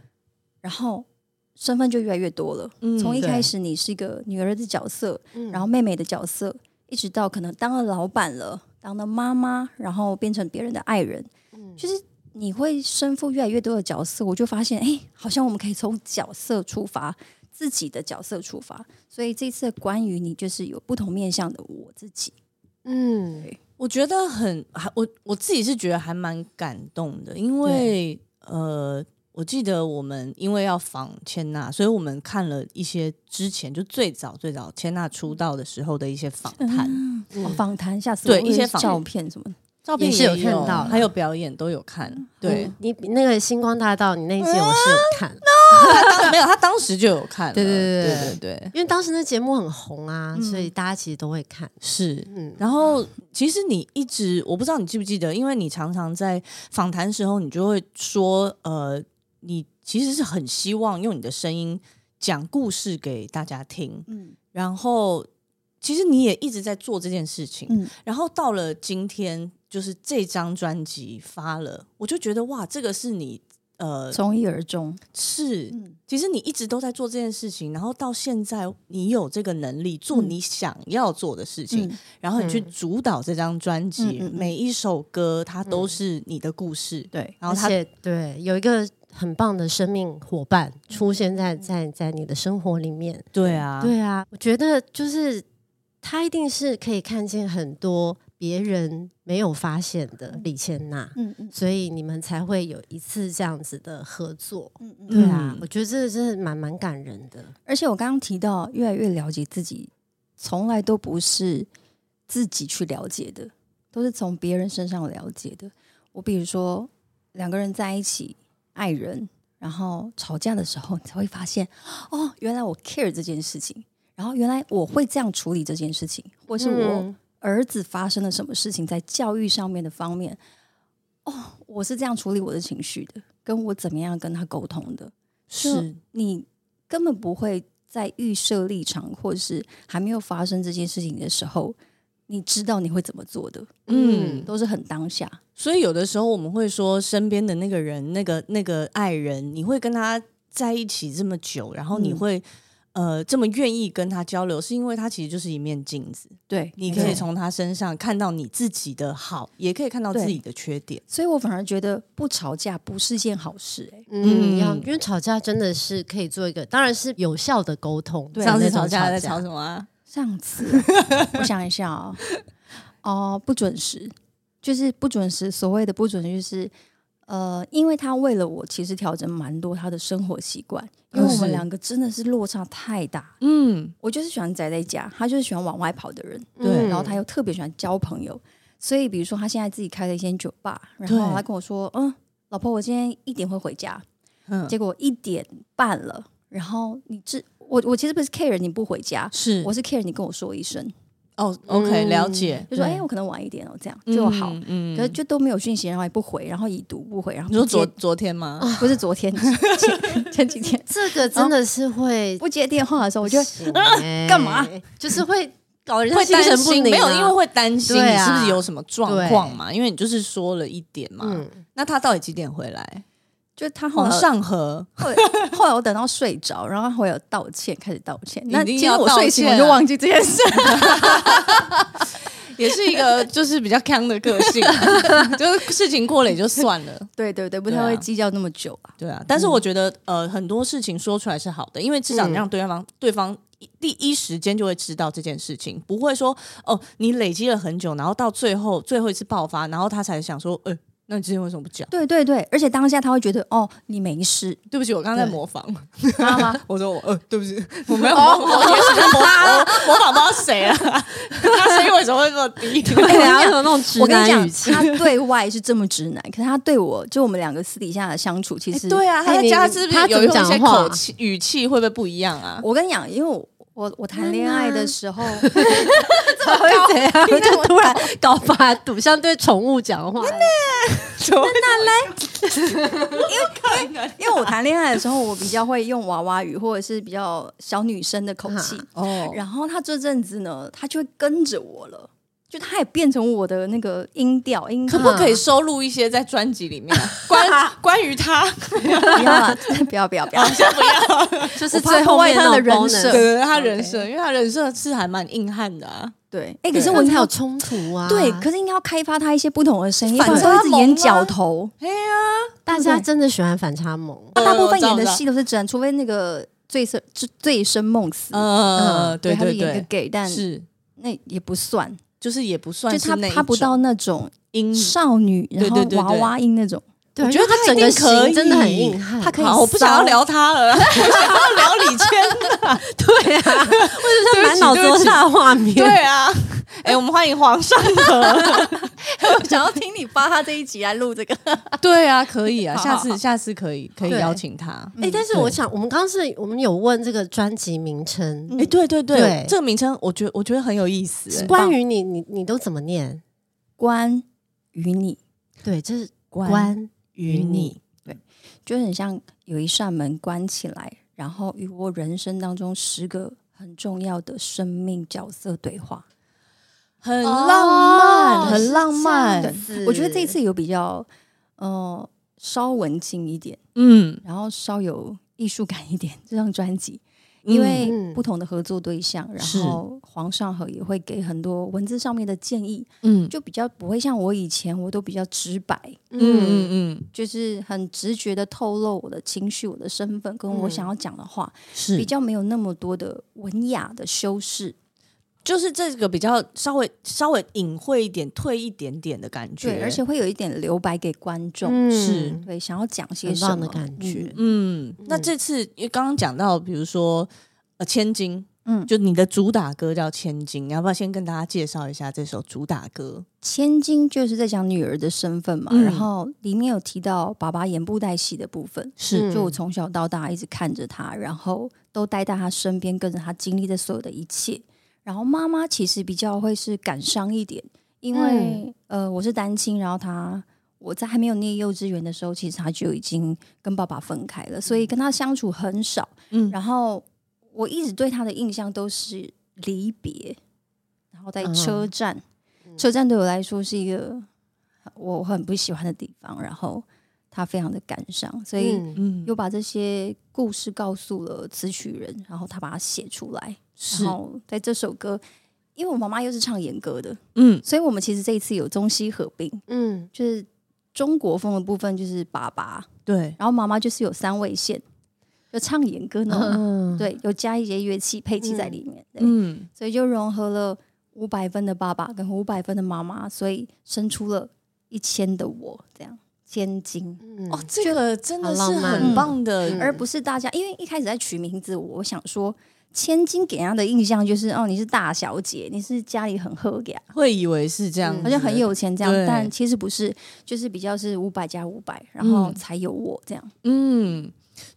然后身份就越来越多了。嗯从一对开始你是一个女儿的角色，嗯然后妹妹的角色，一直到可能当了老板了，当了妈妈，然后变成别人的爱人，嗯就是你会身负越来越多的角色。我就发现，哎，好像我们可以从角色出发，自己的角色出发。所以这次的关于你，就是有不同面向的我自己。嗯，我觉得很，还我我自己是觉得还蛮感动的，因为呃，我记得我们因为要访千娜，所以我们看了一些之前就最早最早千娜出道的时候的一些访谈、嗯嗯哦访谈，下次对我一些有访照片什么的，照片也是有也看到的还有啊表演都有嗯看，对，你你那个星光大道，你那一届我是有看，他啊当没有他当时就有看了，对对对对对对对，因为当时那节目很红啊，嗯所以大家其实都会看，是嗯，然后，其实你一直，我不知道你记不记得，因为你常常在访谈时候，你就会说，呃，你其实是很希望用你的声音讲故事给大家听。嗯然后，其实你也一直在做这件事情。嗯，然后到了今天，就是这张专辑发了，我就觉得哇，这个是你呃，从一而终，是嗯，其实你一直都在做这件事情，然后到现在你有这个能力做嗯你想要做的事情，嗯然后你去嗯主导这张专辑，嗯嗯嗯每一首歌它都是你的故事，对，然后而它且对有一个很棒的生命伙伴出现在在在你的生活里面，对啊，对啊，我觉得就是他一定是可以看见很多别人没有发现的李千娜，嗯嗯所以你们才会有一次这样子的合作。嗯嗯。对啊嗯，我觉得这真的蛮蛮感人的。而且我刚刚提到，越来越了解自己，从来都不是自己去了解的，都是从别人身上了解的。我比如说，两个人在一起，爱人，然后吵架的时候，你才会发现， 哦，原来我 care 这件事情，然后原来我会这样处理这件事情，或是我嗯儿子发生了什么事情，在教育上面的方面，哦，我是这样处理我的情绪的，跟我怎么样跟他沟通的。是你根本不会在预设立场，或是还没有发生这件事情的时候，你知道你会怎么做的，嗯，都是很当下。所以有的时候我们会说，身边的那个人，那个那个爱人，你会跟他在一起这么久，然后你嗯会、呃这么愿意跟他交流，是因为他其实就是一面镜子，对，你可没以错。从他身上看到你自己的好，也可以看到对自己的缺点。所以我反而觉得不吵架不是件好事、欸，嗯嗯，要因为吵架真的是可以做一个，当然是有效的沟通。对那上次种吵架在吵吵什么、啊？上次 我想一下哦，哦，不准时，就是不准时。所谓的不准时，就是呃，因为他为了我，其实调整蛮多他的生活习惯，因为我嗯们是两个真的是落差太大。嗯，我就是喜欢宅在家，他就是喜欢往外跑的人。架对然后他又特别喜欢交朋友，所以比如说他现在自己开了一间酒吧，然后对他跟我说：“嗯，老婆，我今天一点会回家。”嗯结果一点半了，然后你这我我其实不是 care 你不回家，是我是 care 你跟我说一声，哦，OK，、嗯了解，就说：“对哎、我可能晚一点哦，这样就好。嗯嗯可是就都没有讯息，然后也不回，然后已读不回，然后你说不昨接，昨天吗？不是昨天， 前前几天这个真的是会不接电话的时候，我就会醒欸干嘛？就是会搞人家会精担神不心，宁没啊，有，因为会担心对你啊是不是有什么状况嘛？因为你就是说了一点嘛，嗯那他到底几点回来？就他后往来上合，后来后来我等到睡着，然后他会有道歉，开始道歉。那一定其实要我道睡醒歉我啊就忘记这件事，也是一个就是比较强的个性啊、 就是事情过了也就算了，对对对，不对啊太会计较那么久啊。对啊。但是我觉得、呃，很多事情说出来是好的，因为至少你让对方、对方。第一时间就会知道这件事情，不会说哦，你累积了很久，然后到最后最后一次爆发，然后他才想说，呃、那你之前为什么不讲？对对对，而且当下他会觉得哦，你没事，对不起，我刚刚在对模仿。知道吗？ 我说我呃，对不起，我没有模仿，我也是模仿模仿不知道谁了， 他声音为什么会这么低？对啊，有那种直我跟你男讲，语气。 他对外是这么直男，可是他对我，就我们两个私底下的相处，其实、对啊，他哎在你家是不是他怎有么用一些讲话口气、语气会不会不一样啊？我跟你讲，因为我我我谈恋爱的时候，他会怎样？就突然搞把赌，像对宠物讲 话。怎么会 因为我谈恋爱的时候，我比较会用娃娃语或者是比较小女生的口气，哦，然后他这阵子呢，他就会跟着我了，就他也变成我的那个音调音可调。不可以收录一些在专辑里面啊关 关于他？不哦要啦，不要不要不要！先不要，就是我怕最后面破坏他那的种人 bonus 设对对对，他人设，因为他人设是还蛮硬汉的啊。 对，哎、可可是是我我应才该有要冲突啊。对，可是应该要开发他一些不同的声音，反不然差他会一直萌啊演吗角头。哎呀，大对家不对真的喜欢反差萌。他大部我分知道演的我知道戏都是直男，除非那个醉生醉醉生梦死，呃，嗯对他就对演个对， gay，但是。那也不算，就是也不算就是他那一他不到种那种阴少女，然对后对对娃对娃音那种。对，我觉得他一因为他整定个可型真的很以硬汉。他可以嗯好，我不想要骚聊 他了，我想要聊李谦了。对啊，我就对是不满起脑子都是他的画 面。对啊，哎、我们欢迎皇上和。我想要听你发他这一集来录这个。 对啊，可以啊，好下好次下次可以可以对邀请他。哎、但是对我想，我们刚刚是我们有问这个专辑名称，哎、对对对，对这个名称我觉得我觉得很有意思、是哎关于你，你你都怎么念？ 关于你，对，这是关关与你，就很像有一扇门关起来，然后与我人生当中十个很重要的生命角色对话。很浪漫，哦很浪是这样漫。子我觉得这一次有比较，呃，稍文静一点，嗯，然后稍有艺术感一点这张专辑，因为嗯不同的合作对象，然后黄上和也会给很多文字上面的建议，嗯就比较不会像我以前，我都比较直白，嗯嗯嗯，嗯，就是很直觉的透露我的情绪、我的身份跟我想要讲的话，是比较没有那么多的文雅的修饰。就是这个比较稍微稍微隐晦一点、退一点点的感觉，对，而且会有一点留白给观众，嗯是对，想要讲些很什棒么的感觉，嗯，那这次因为刚刚讲到，比如说呃《千金》，嗯，就你的主打歌叫《千金》，你要不要先跟大家介绍一下这首主打歌？千金就是在讲女儿的身份嘛，嗯然后里面有提到爸爸演布袋戏的部分，是就我从小到大一直看着他，然后都待在他身边，跟着他经历的所有的一切。然后妈妈其实比较会是感伤一点，因为、嗯呃我是单亲，然后他我在还没有念幼稚园的时候，其实他就已经跟爸爸分开了，所以跟他相处很少。嗯然后我一直对他的印象都是离别，然后在嗯车站，车站对我来说是一个我很不喜欢的地方，然后他非常的感伤，所以嗯嗯，又把这些故事告诉了词曲人，然后他把它写出来，是然，后在这首歌。因为我妈妈又是唱演歌的，嗯所以我们其实这一次有中西合并，嗯就是中国风的部分就是爸爸，对，然后妈妈就是有三味线，有唱演歌那种，嗯，对，有加一些乐器配器在里面，对，嗯所以就融合了五百分的爸爸跟五百分的妈妈，所以生出了一千的我，这样千金，嗯哦，这个真的好是浪漫很棒的，嗯而不是大家因为一开始在取名字，我想说千金给人家的印象就是哦，你是大小姐，你是家里很喝给，会以为是这样嗯子，好像很有钱这样嗯对，但其实不是，就是比较是五百加五百，然后嗯才有我这样。嗯，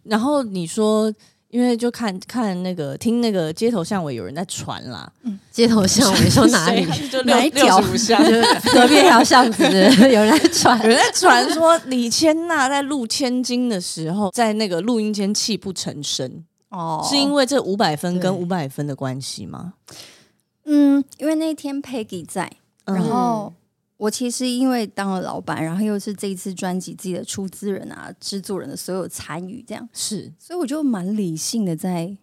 然后你说。因为就看看那个听那个街头巷尾有人在传 啦，街头巷尾说哪 里？谁就哪一条六十五巷隔壁一条巷子有人在传 有人在传说李千娜在录《千金》的时候，在那个录音间泣不成声，哦是因为这五百分跟对五百分的关系吗？嗯，因为那天 Peggy 在，嗯然后我其实因为当了老板，然后又是这一次专辑自己的出资人啊、制作人的所有参与，这样，是所以我就蛮理性的在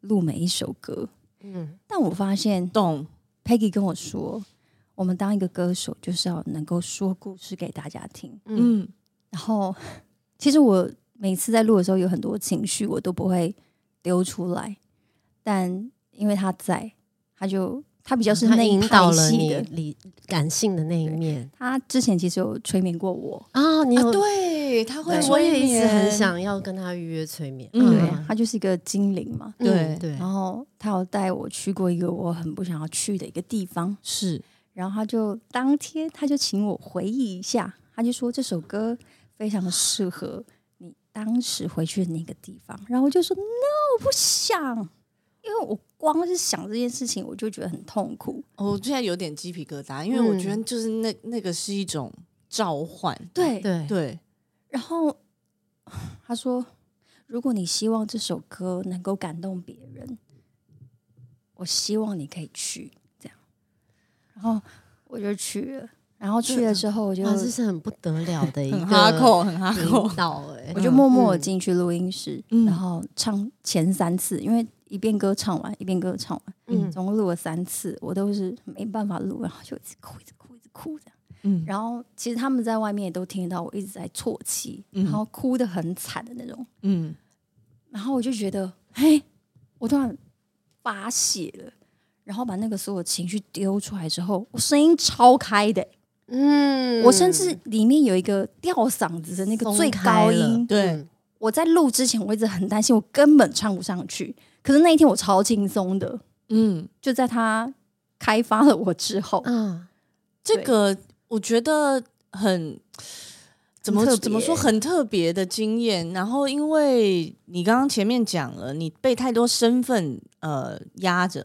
录每一首歌。嗯但我发现懂 Peggy 跟我说，我们当一个歌手就是要能够说故事给大家听。嗯嗯然后，其实我每次在录的时候有很多情绪，我都不会丢出来，但因为他在，他就他比较是嗯他那一引派导了系你的。理感性的那一面他之前其实有催眠过我，啊，你有对，他会我也一直很想要跟他预约催眠，嗯对对啊他就是一个精灵嘛。对嗯对然后他有带我去过一个我很不想要去的一个地方，是然后他就当天他就请我回忆一下，他就说这首歌非常适合你当时回去的那个地方。然后我就说 no，我不想，因为我光是想这件事情我就觉得很痛苦。哦我现在有点鸡皮疙瘩，因为我觉得就是那那个是一种召唤，对，对对，然后他说，如果你希望这首歌能够感动别人，我希望你可以去这样。然后我就去了，然后去了之后我就啊哇，这是很不得了的一个很哈扣，很哈扣引，导哎我，就默默地进去录音室，嗯然后唱前三次，因为一遍歌唱完，一遍歌唱完，嗯总共录了三次，我都是没办法录，然后就一直哭，一直哭，一直哭这样。嗯然后其实他们在外面也都听得到我一直在啜泣，嗯然后哭得很惨的那种。嗯，然后我就觉得，嘿，我突然发泄了，然后把那个所有情绪丢出来之后，我声音超开的欸、嗯我甚至里面有一个吊嗓子的那个松最开高了音，对，我在录之前我一直很担心，我根本唱不上去。可是那一天我超轻松的， 嗯，就在他开发了我之后，啊，这对个我觉得很怎么特别怎么说很特别的经验。然后，因为你刚刚前面讲了，你被太多身份呃压着，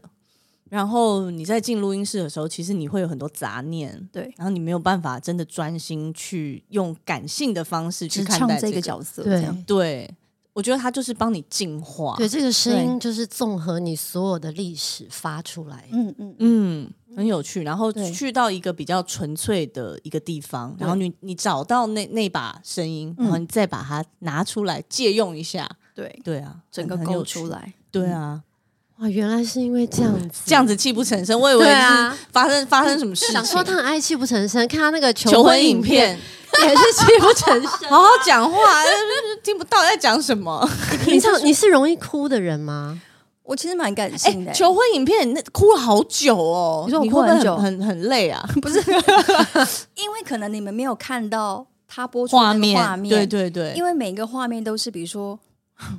然后你在进录音室的时候，其实你会有很多杂念，对，然后你没有办法真的专心去用感性的方式去只看唱待这个个。角色，这对样对，我觉得他就是帮你净化。对，这个声音就是综合你所有的历史发出来，嗯嗯，嗯，很有趣。然后对去到一个比较纯粹的一个地方，然后你你找到那那把声音，嗯然后你再把它拿出来借用一下。对，对啊，整个很很有勾趣出。来，对啊，哇，原来是因为这样子，这样子泣不成声，我以为对是啊发生发生什么事情。想说他很爱泣不成声，看他那个求求婚婚影影片片，也是泣不成声。好好哎 讲话，听不到在讲什么。平常你是容易哭的人吗？ 我其实蛮感哎、性的、欸求婚影片那哭了好久哦，你说我会不会哭很久很很 累啊？不是，因为可能你们没有看到他播出的画面，画面，对对对，因为为每个画面都是，比如说，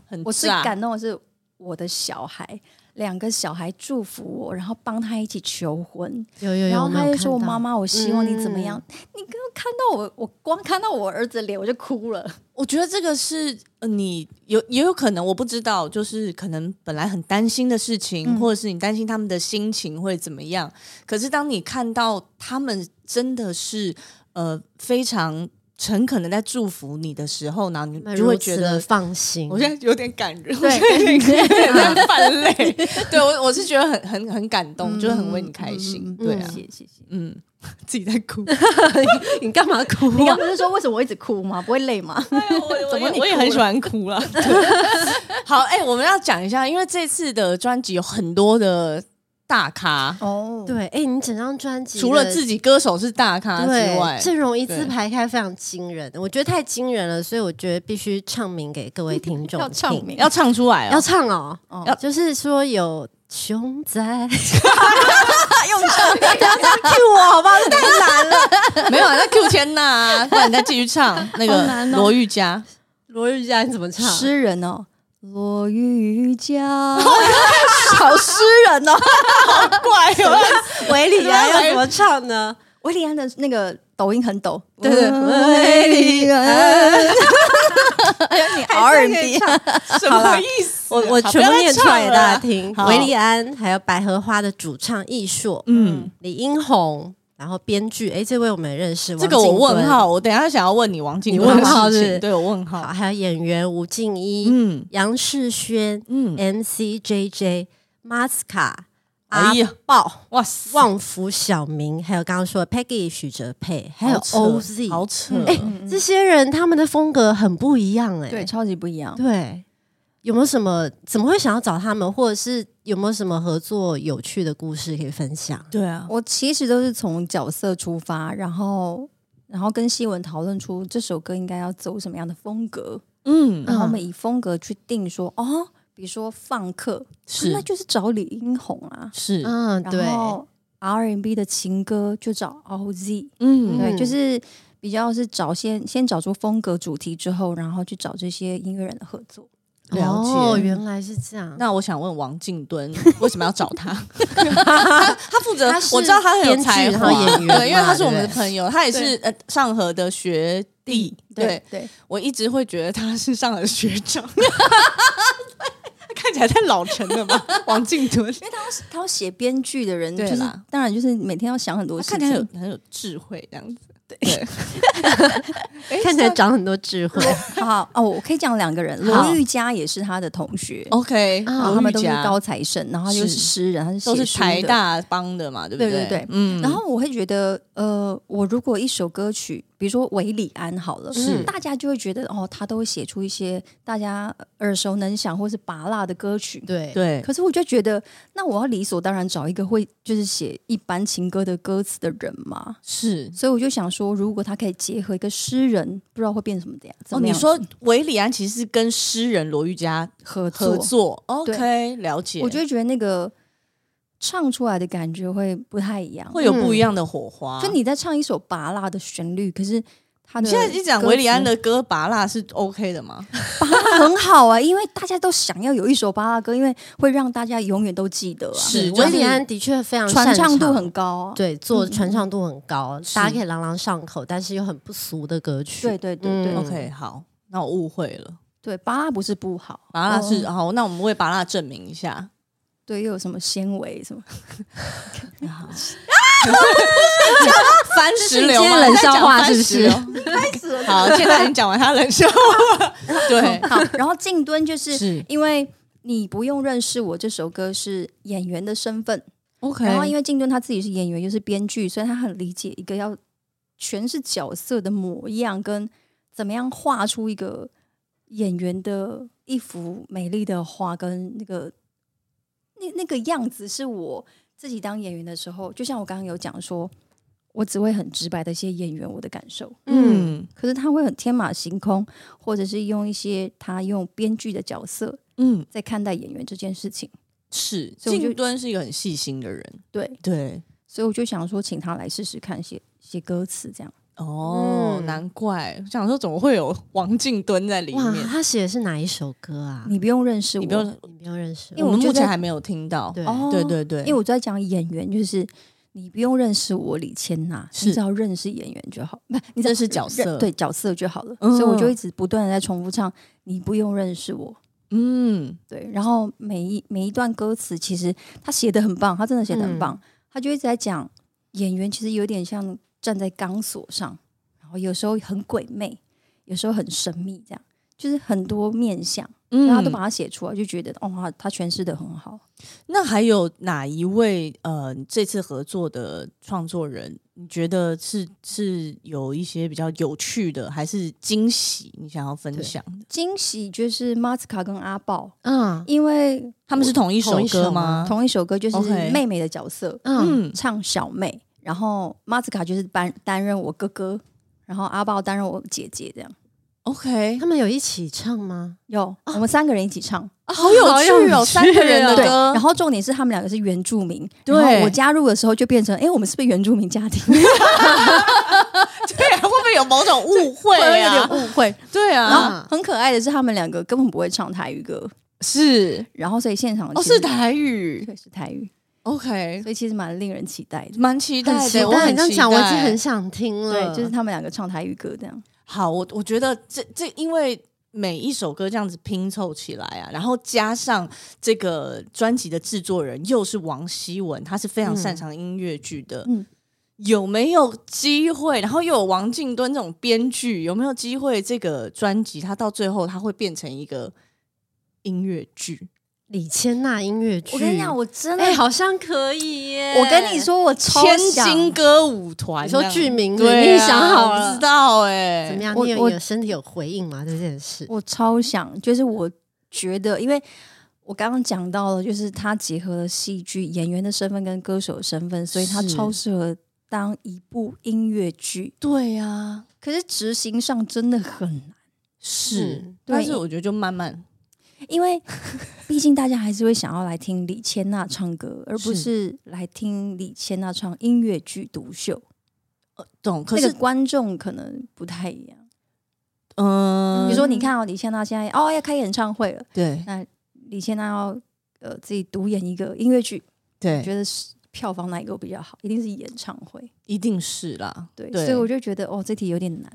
很我最炸感动的是我的小孩，两个小孩祝福我，然后帮他一起求婚，有有有，然后他没有就说：“我看到妈，妈，我希望你怎么样？”你给我看到我，我光看到我儿子脸我就哭了。我觉得这个是呃，你有也有可能，我不知道，就是可能本来很担心的事情，嗯或者是你担心他们的心情会怎么样。可是当你看到他们真的是呃非常诚恳的在祝福你的时候呢，你那就如会觉此的得。放心。我现在有点感人，我对现在有点 在泛泪。对我，我是觉得很很很感动，就是很为嗯你开心。对啊，谢谢谢。嗯， 自己在哭。你干嘛哭你啊刚？不是说为什么我一直哭吗？不会累吗？哎我怎么也你我也哭很了喜欢哭啊啦。 好，哎、我们要讲一下，因为这次的专辑有很多的大咖，哦，对，哎、你整张专辑除了的自己歌手是大咖之外对，阵容一字对排开非常惊人，我觉得太惊人了，所以我觉得必须唱名给各位听 众要唱听名要唱出来要哦，唱哦，哦要就是说有熊仔用唱，Q 我好不好？这太难了。没有啊，那 Q 千娜啊， 不然你再继续唱那好个难哦罗玉佳，罗玉佳你怎么唱？诗人哦，落雨家，小诗人哦。怪哦，维 里安罗要维怎么唱呢？维利安的那个抖音很抖，对对维利安，你 R 还 N 是可以 D 唱什么意思我啊？我好全部念出来给不要再唱大家。了听。好维里安还有百合花的主唱艺硕，嗯，李英红，然后编剧，哎，这位我们也认识，这个我王静问敦。号，我等一下想要问你王静你坤的问号事是不情是对我问好，号，还有演员吴静一、嗯杨世轩、嗯， MC JJ、Masca、哎阿呀豹、哇塞，旺福、小明，还有刚刚说的 Peggy、许哲佩，还有好扯 OZ，好扯，嗯哎、这些人他们的风格很不一样、哎，对，超级不一样。对有没有什么？怎么会想要找他们，或者是有没有什么合作有趣的故事可以分享？对啊，我其实都是从角色出发，然后然后跟西文讨论出这首歌应该要走什么样的风格，嗯，然后我们以风格去定说，哦，比如说放克，是那就是找李英红啊，是，嗯，对，然后 R N B 的情歌就找 O Z，嗯对，就是比较是找先先找出风格主题之后，然后去找这些音乐人的合作。了解哦，原来是这样。那我想问王静 敦为什么要找他？他他负责他，是我知道他很有编剧才然华，后演员对，因为他嘛是我们的对不对朋友，他也是呃上河的学弟，嗯对对，我一直会觉得他是上河的学长， 他看起来太老成了 吧？王静敦，他要写编剧的人，对就是啦当然就是每天要想很多他事看情，起来很有很有智慧这样子，对，哎看起来长很多智慧，好好哦，我可以讲两个人，好罗玉佳也是他的同学， OK，然后哦罗他们玉都是佳高材生，然后他又是是诗人，他是都写是书台的。大帮的嘛，对不对对对对嗯然后我会觉得，呃，我如果一首歌曲，比如说韦礼安好了，是大家就会觉得哦，他都会写出一些大家耳熟能详或是拔辣的歌曲。 对对可是我就觉得，那我要理所当然找一个会就是写一般情歌的歌词的人嘛。是所以我就想说，如果他可以结合一个诗人，不知道会变什么的呀？怎哦，么你样说韦礼安其实是跟诗人罗玉佳合作，合作，OK，了解。我就会觉得那个唱出来的感觉会不太一样。会有不一样的火花。就你在唱一首拔辣的旋律，可是他你嗯的现在一讲歌维里安词的歌《拔蜡》是 OK 的吗？拔辣很好啊，因为大家都想要有一首拔辣歌，因为会让大家永远都记得啊，是就是维里安的确非常传擅唱度长很高啊。对，做嗯传唱度很高，是大家可以朗朗上口，但是又很不俗的歌曲。对对对对、嗯 OK，好，那我误会了。对，拔辣不是不好，拔蜡是哦好，那我们为拔蜡证明 一下。对，又有什么纤维什么。 三十流吗，这是你今天冷笑话在讲番石榴？ 开始好，现在已经讲完他冷笑话。 对，好，然后静蹲就是哎是因为你不用认识我这首歌是演员的身份， OK。然后因为静蹲他自己是演员又是编剧，所以他很理解一个要全是角色的模样跟怎么样画出一个演员的一幅美丽的画跟那个那那个样子是我自己当演员的时候，就像我刚刚有讲说，我只会很直白的一些演员我的感受，嗯可是他会很天马行空，或者是用一些他用编剧的角色嗯，在看待演员这件事情。是所以我就静敦是一个很细心的人，对，对，所以我就想说，请他来试试看写写歌词这样。哦，嗯难怪我想说怎么会有王静敦在里哇，面，他写的是哪一首歌啊？你不用认识我，你不用，你没有认识我，因为我我们就目前在还没有听到，对哦对对对，因为我在讲演员，就是你不用认识我李千娜，是你只要认识演员就好，不，你只要认识角色认对角色就好了。嗯所以我就一直不断的在重复唱“你不用认识我嗯”，对。然后每一每一段歌词，其实他写的很棒，他真的写的嗯很棒。他就一直在讲演员其实有点像站在钢索上，然后有时候很鬼魅，有时候很神秘，这样就是很多面相，嗯然后他都把它写出来，就觉得哦，他他诠释的很好。那还有哪一位呃这次合作的创作人，你觉得是是有一些比较有趣的，还是惊喜？你想要分享的？惊喜就是马斯卡跟阿豹。嗯因为他们是同一首同一歌首吗？同一首歌就是 OK 妹妹的角色嗯，唱小妹，然后马子卡就是担担任我哥哥，然后阿豹担任我姐姐，这样，OK，他们有一起唱吗？有我们三个人一起唱。啊好有好有趣哦，趣三个人的哦对，啊歌然，后重点是他们两个是原住民，对然后我加入的时候就变成，哎，我们是不是原住民家庭？ 对，啊会不会有某种误会有点啊？误 会。对然啊，后很可爱的是，他们两个根本不会唱台语歌，是然后所以现场哦，其实是台语对是台语， ，OK，所以其实蛮令人期待的。蛮期待期待的，我很你这样期讲，我已经待很想听嗯了。对，就是他们两个唱台语歌这样。好，我我觉得这这因为。每一首歌这样子拼凑起来啊，然后加上这个专辑的制作人又是王希文，他是非常嗯擅长音乐剧的。嗯有没有机会？然后又有王静敦这种编剧，有没有机会？这个专辑它到最后它会变成一个音乐剧？李千娜音乐剧。我跟你讲，我真的哎，好像可以耶！我跟你，说，我超千想金歌舞团，你说这样剧名对、啊，你想好了我知道哎、怎么样？我你有我有身体有回应吗？这件事？我超想，就是我觉得，因为我刚刚讲到了，就是他结合了戏剧演员的身份跟歌手的身份，所以他是超适合当一部音乐剧。对呀、啊，可是执行上真的很难，是，嗯但对是我觉得就慢慢因为毕竟大家还是会想要来听李千娜唱歌，而不是来听李千娜唱音乐剧独秀。懂。可那是个，观众可能不太一样。嗯、比如说，你看哦，李千娜现在哦要开演唱会了，对李千娜要呃自己独演一个音乐剧，你对，觉得是票房哪一个比较好？一定是演唱会，一定是啦。对，对所以我就觉得哦，这题有点难。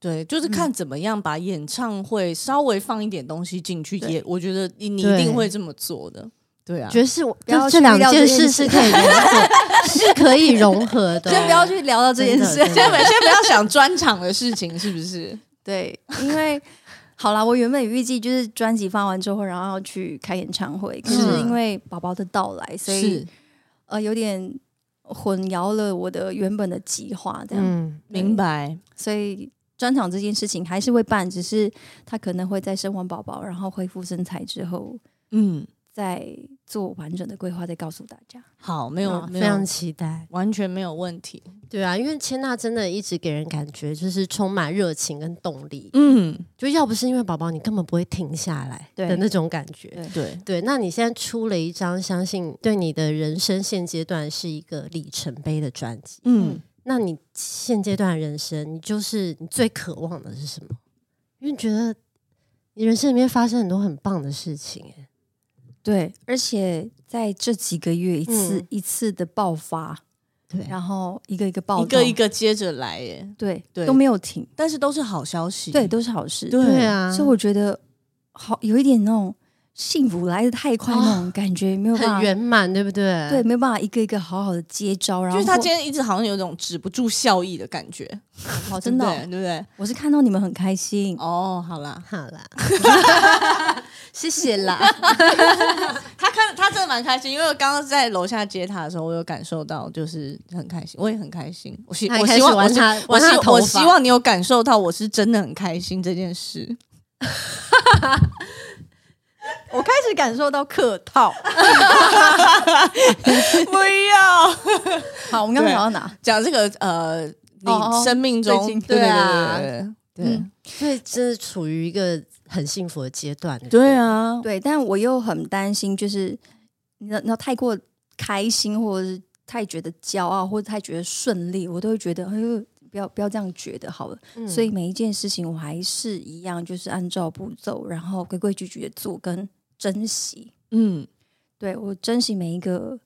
对，就是看嗯怎么样把演唱会稍微放一点东西进去，对也我觉得你你一对定会这么做的。对啊，觉得是我不要这去这两聊这件件事事是可以融 合，是可以融合的哦。先不要去聊到这件事真，的先不先不要想专场的事情，是不是？ 对，因为好啦，我原本预计就是专辑发完之后，然后要去开演唱会，嗯可是因为宝宝的到来， 所以是呃有点混淆了我的原本的计划，这样，嗯，对明，白。所以。专场这件事情还是会办，只是他可能会在生完宝宝，然后恢复身材之后，嗯，再做完整的规划，再告诉大家。好，没有好没非有常，期待。完全没有问题。对啊，因为千娜真的一直给人感觉就是充满热情跟动力，嗯，就要不是因为宝宝，你根本不会停下来对的那种感觉。对，对，那你现在出了一张，相信对你的人生现阶段是一个里程碑的专辑。嗯，那你现阶段的人生，你就是你最渴望的是什么？因为你觉得你人生里面发生很多很棒的事情、哎，对，而且在这几个月一次、嗯一次的爆发，对然后一个一个爆一发，个一个接着来耶，对对都没有停，但是都是好消息。对，都是好事。对对啊，所以我觉得好有一点那种幸福来的太快那种感觉，没有办很啊法，圆满，对不对？对，，没有办法一个一个好好的接招。然就后是他或今天一直好像有种止不住笑意的感觉，好 真的对哦、不对对不对？我是看到你们很开心，哦，好啦，好 啦，谢谢啦。他看他真的蛮开心，因为我刚刚在楼下接他的时候，我有感受到就是很开心，我也很开心。我希他也我开希始望我玩希他我玩希他的头发我希望你有感受到我是真的很开心这件事。我开始感受到客套。不要好，我们刚刚讲到哪？讲这个呃，哦你哦生命中最近对对对啊对对对嗯所以真的处于一个很幸福的阶段。对啊，对，但我又很担心，就是你知道，你知道太过开心，或者是太觉得骄傲，或者太觉得顺利，我都会觉得，哎呦，不要不要这样觉得好了。嗯所以每一件事情，我还是一样，就是按照步骤，然后规规矩矩的做，跟珍惜。嗯对我珍惜每一个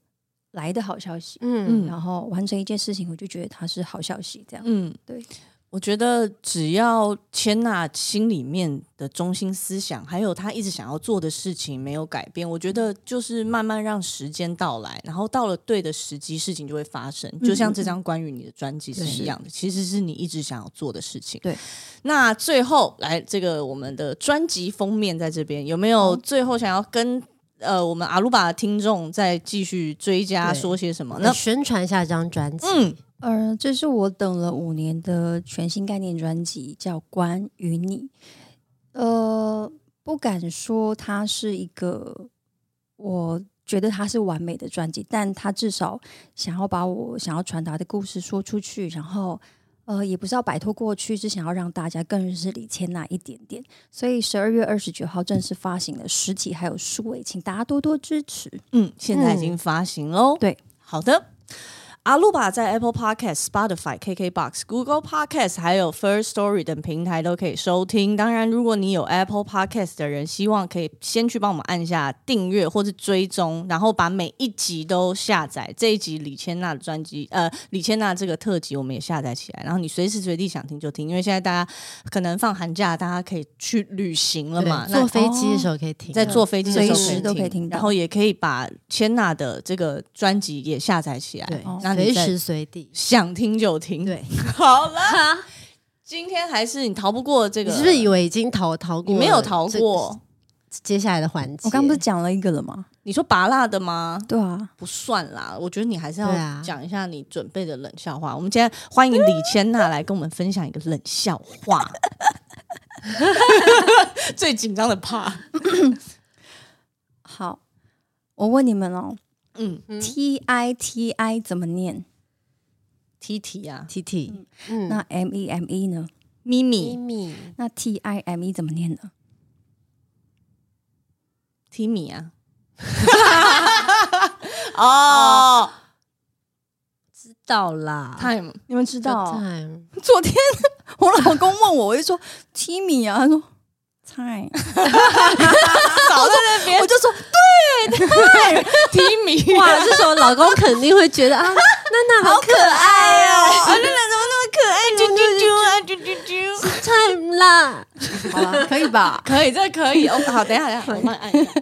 来的好消息，嗯然后完成一件事情，我就觉得它是好消息。这样，嗯，对，我觉得只要切纳心里面的中心思想，还有他一直想要做的事情没有改变，我觉得就是慢慢让时间到来，然后到了对的时机，事情就会发生。就像这张关于你的专辑是一样的，其实是你一直想要做的事情。对，那最后来这个我们的专辑封面在这边，有没有最后想要跟？呃，我们阿鲁巴的听众再继续追加对说些什么？那那宣传一下这张专辑，嗯，呃，这是我等了五年的全新概念专辑，叫《关于你》。呃，不敢说它是一个，我觉得它是完美的专辑，但它至少想要把我想要传达的故事说出去，然后。呃，也不是要摆脱过去，是想要让大家更认识李千娜一点点。所以十二月二十九号正式发行了实体还有数位，请大家多多支持。嗯，现在已嗯经发行喽、对，好的。阿鲁巴在 Apple Podcast、Spotify、KKBox、Google Podcast 还有 First Story 等平台都可以收听。当然，如果你有 Apple Podcast 的人，希望可以先去帮我们按下订阅或是追踪，然后把每一集都下载。这一集李千娜的专辑，呃，李千娜这个特辑我们也下载起来，然后你随时随地想听就听，因为现在大家可能放寒假，大家可以去旅行了嘛，对那坐飞机的时候可以听，在坐飞机的时候随时都可以听到然后也可以把千娜的这个专辑也下载起来，对哦，那你随再时随地，想听就听。，对， 好了，今天还是你逃不过这你个，是不是以为已经逃逃过你了？没有逃过？这接下来的环节，我刚不是讲了一个了吗？你说拔辣的吗？对啊，不算啦，我觉得你还是要对啊讲一下你准备的冷笑话。我们今天欢迎李千娜来跟我们分享一个冷笑话， 最紧张的怕，好，我问你们哦，嗯 T I T I 怎么念？ ，T T 啊， T T，嗯，那 M E M E 呢？咪咪咪咪那 T I M E 怎么念呢？ 提米啊。 哦，知道啦， time 你们知道哦？ time 昨天我老公问我，我就说 Timmy 啊，他说 time，少在那边我就说提米，哇，这时候老公肯定会觉得啊，娜娜好可爱哦啊，真的怎么那么可爱？啾啾啾啊，啾啾啾，，time 啦，好了，可以吧？ 可以，这可以。哦，好，等一下，等一下，我帮你按一下。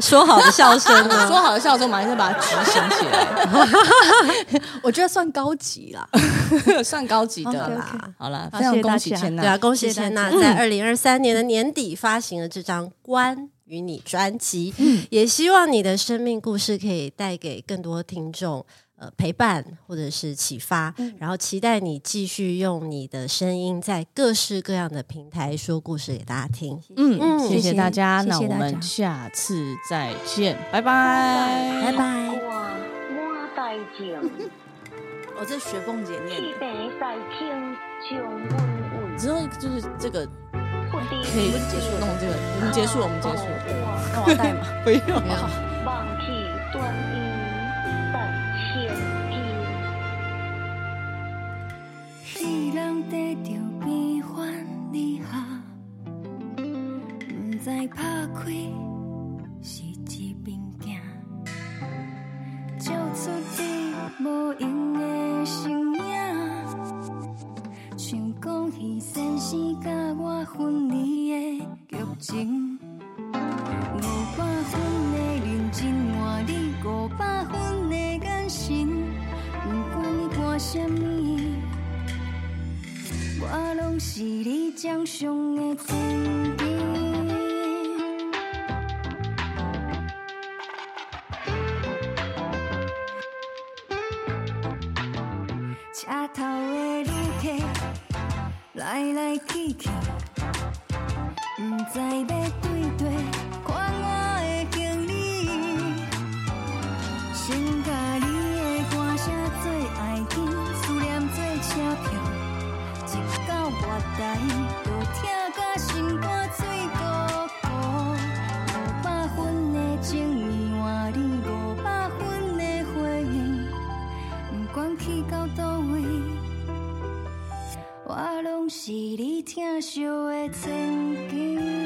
说好的笑声呢？说好的笑之后，马上就把它执行起来，我觉得算高级啦。 算高级的 OK，OK 啦。好啦，好非常谢谢大恭喜家千对啊，娜。恭谢喜谢千大娜在二零二三年的年底发行了这张《关于你》专辑，嗯也希望你的生命故事可以带给更多听众。呃，陪伴或者是启发，嗯然后期待你继续用你的声音在各式各样的平台说故事给大家听。嗯，嗯谢谢大家，谢谢那我大们家下次再见，拜拜，拜。拜。我满带情， 哦，这雪凤姐念一，病在天将阮围，之后就是这个不知可以结束弄这个，我们结束了，我们结束了，哦 那我要带吗？不用了。望去端阴待千金。世人地着悲欢离合，不知拍开是一面镜，照出你无用的身影。想讲是先生甲我分离的剧情，五百分的认真换你五百分的眼神，不管你看什么。我拢是你掌上的千金。车头的旅客来来去去，不知要对地看我的行李。先甲你的歌声做爱情，思念做车票。一到月台，就痛甲心肝碎糊糊。五百分的情意换你五百我拢是你疼惜的千金。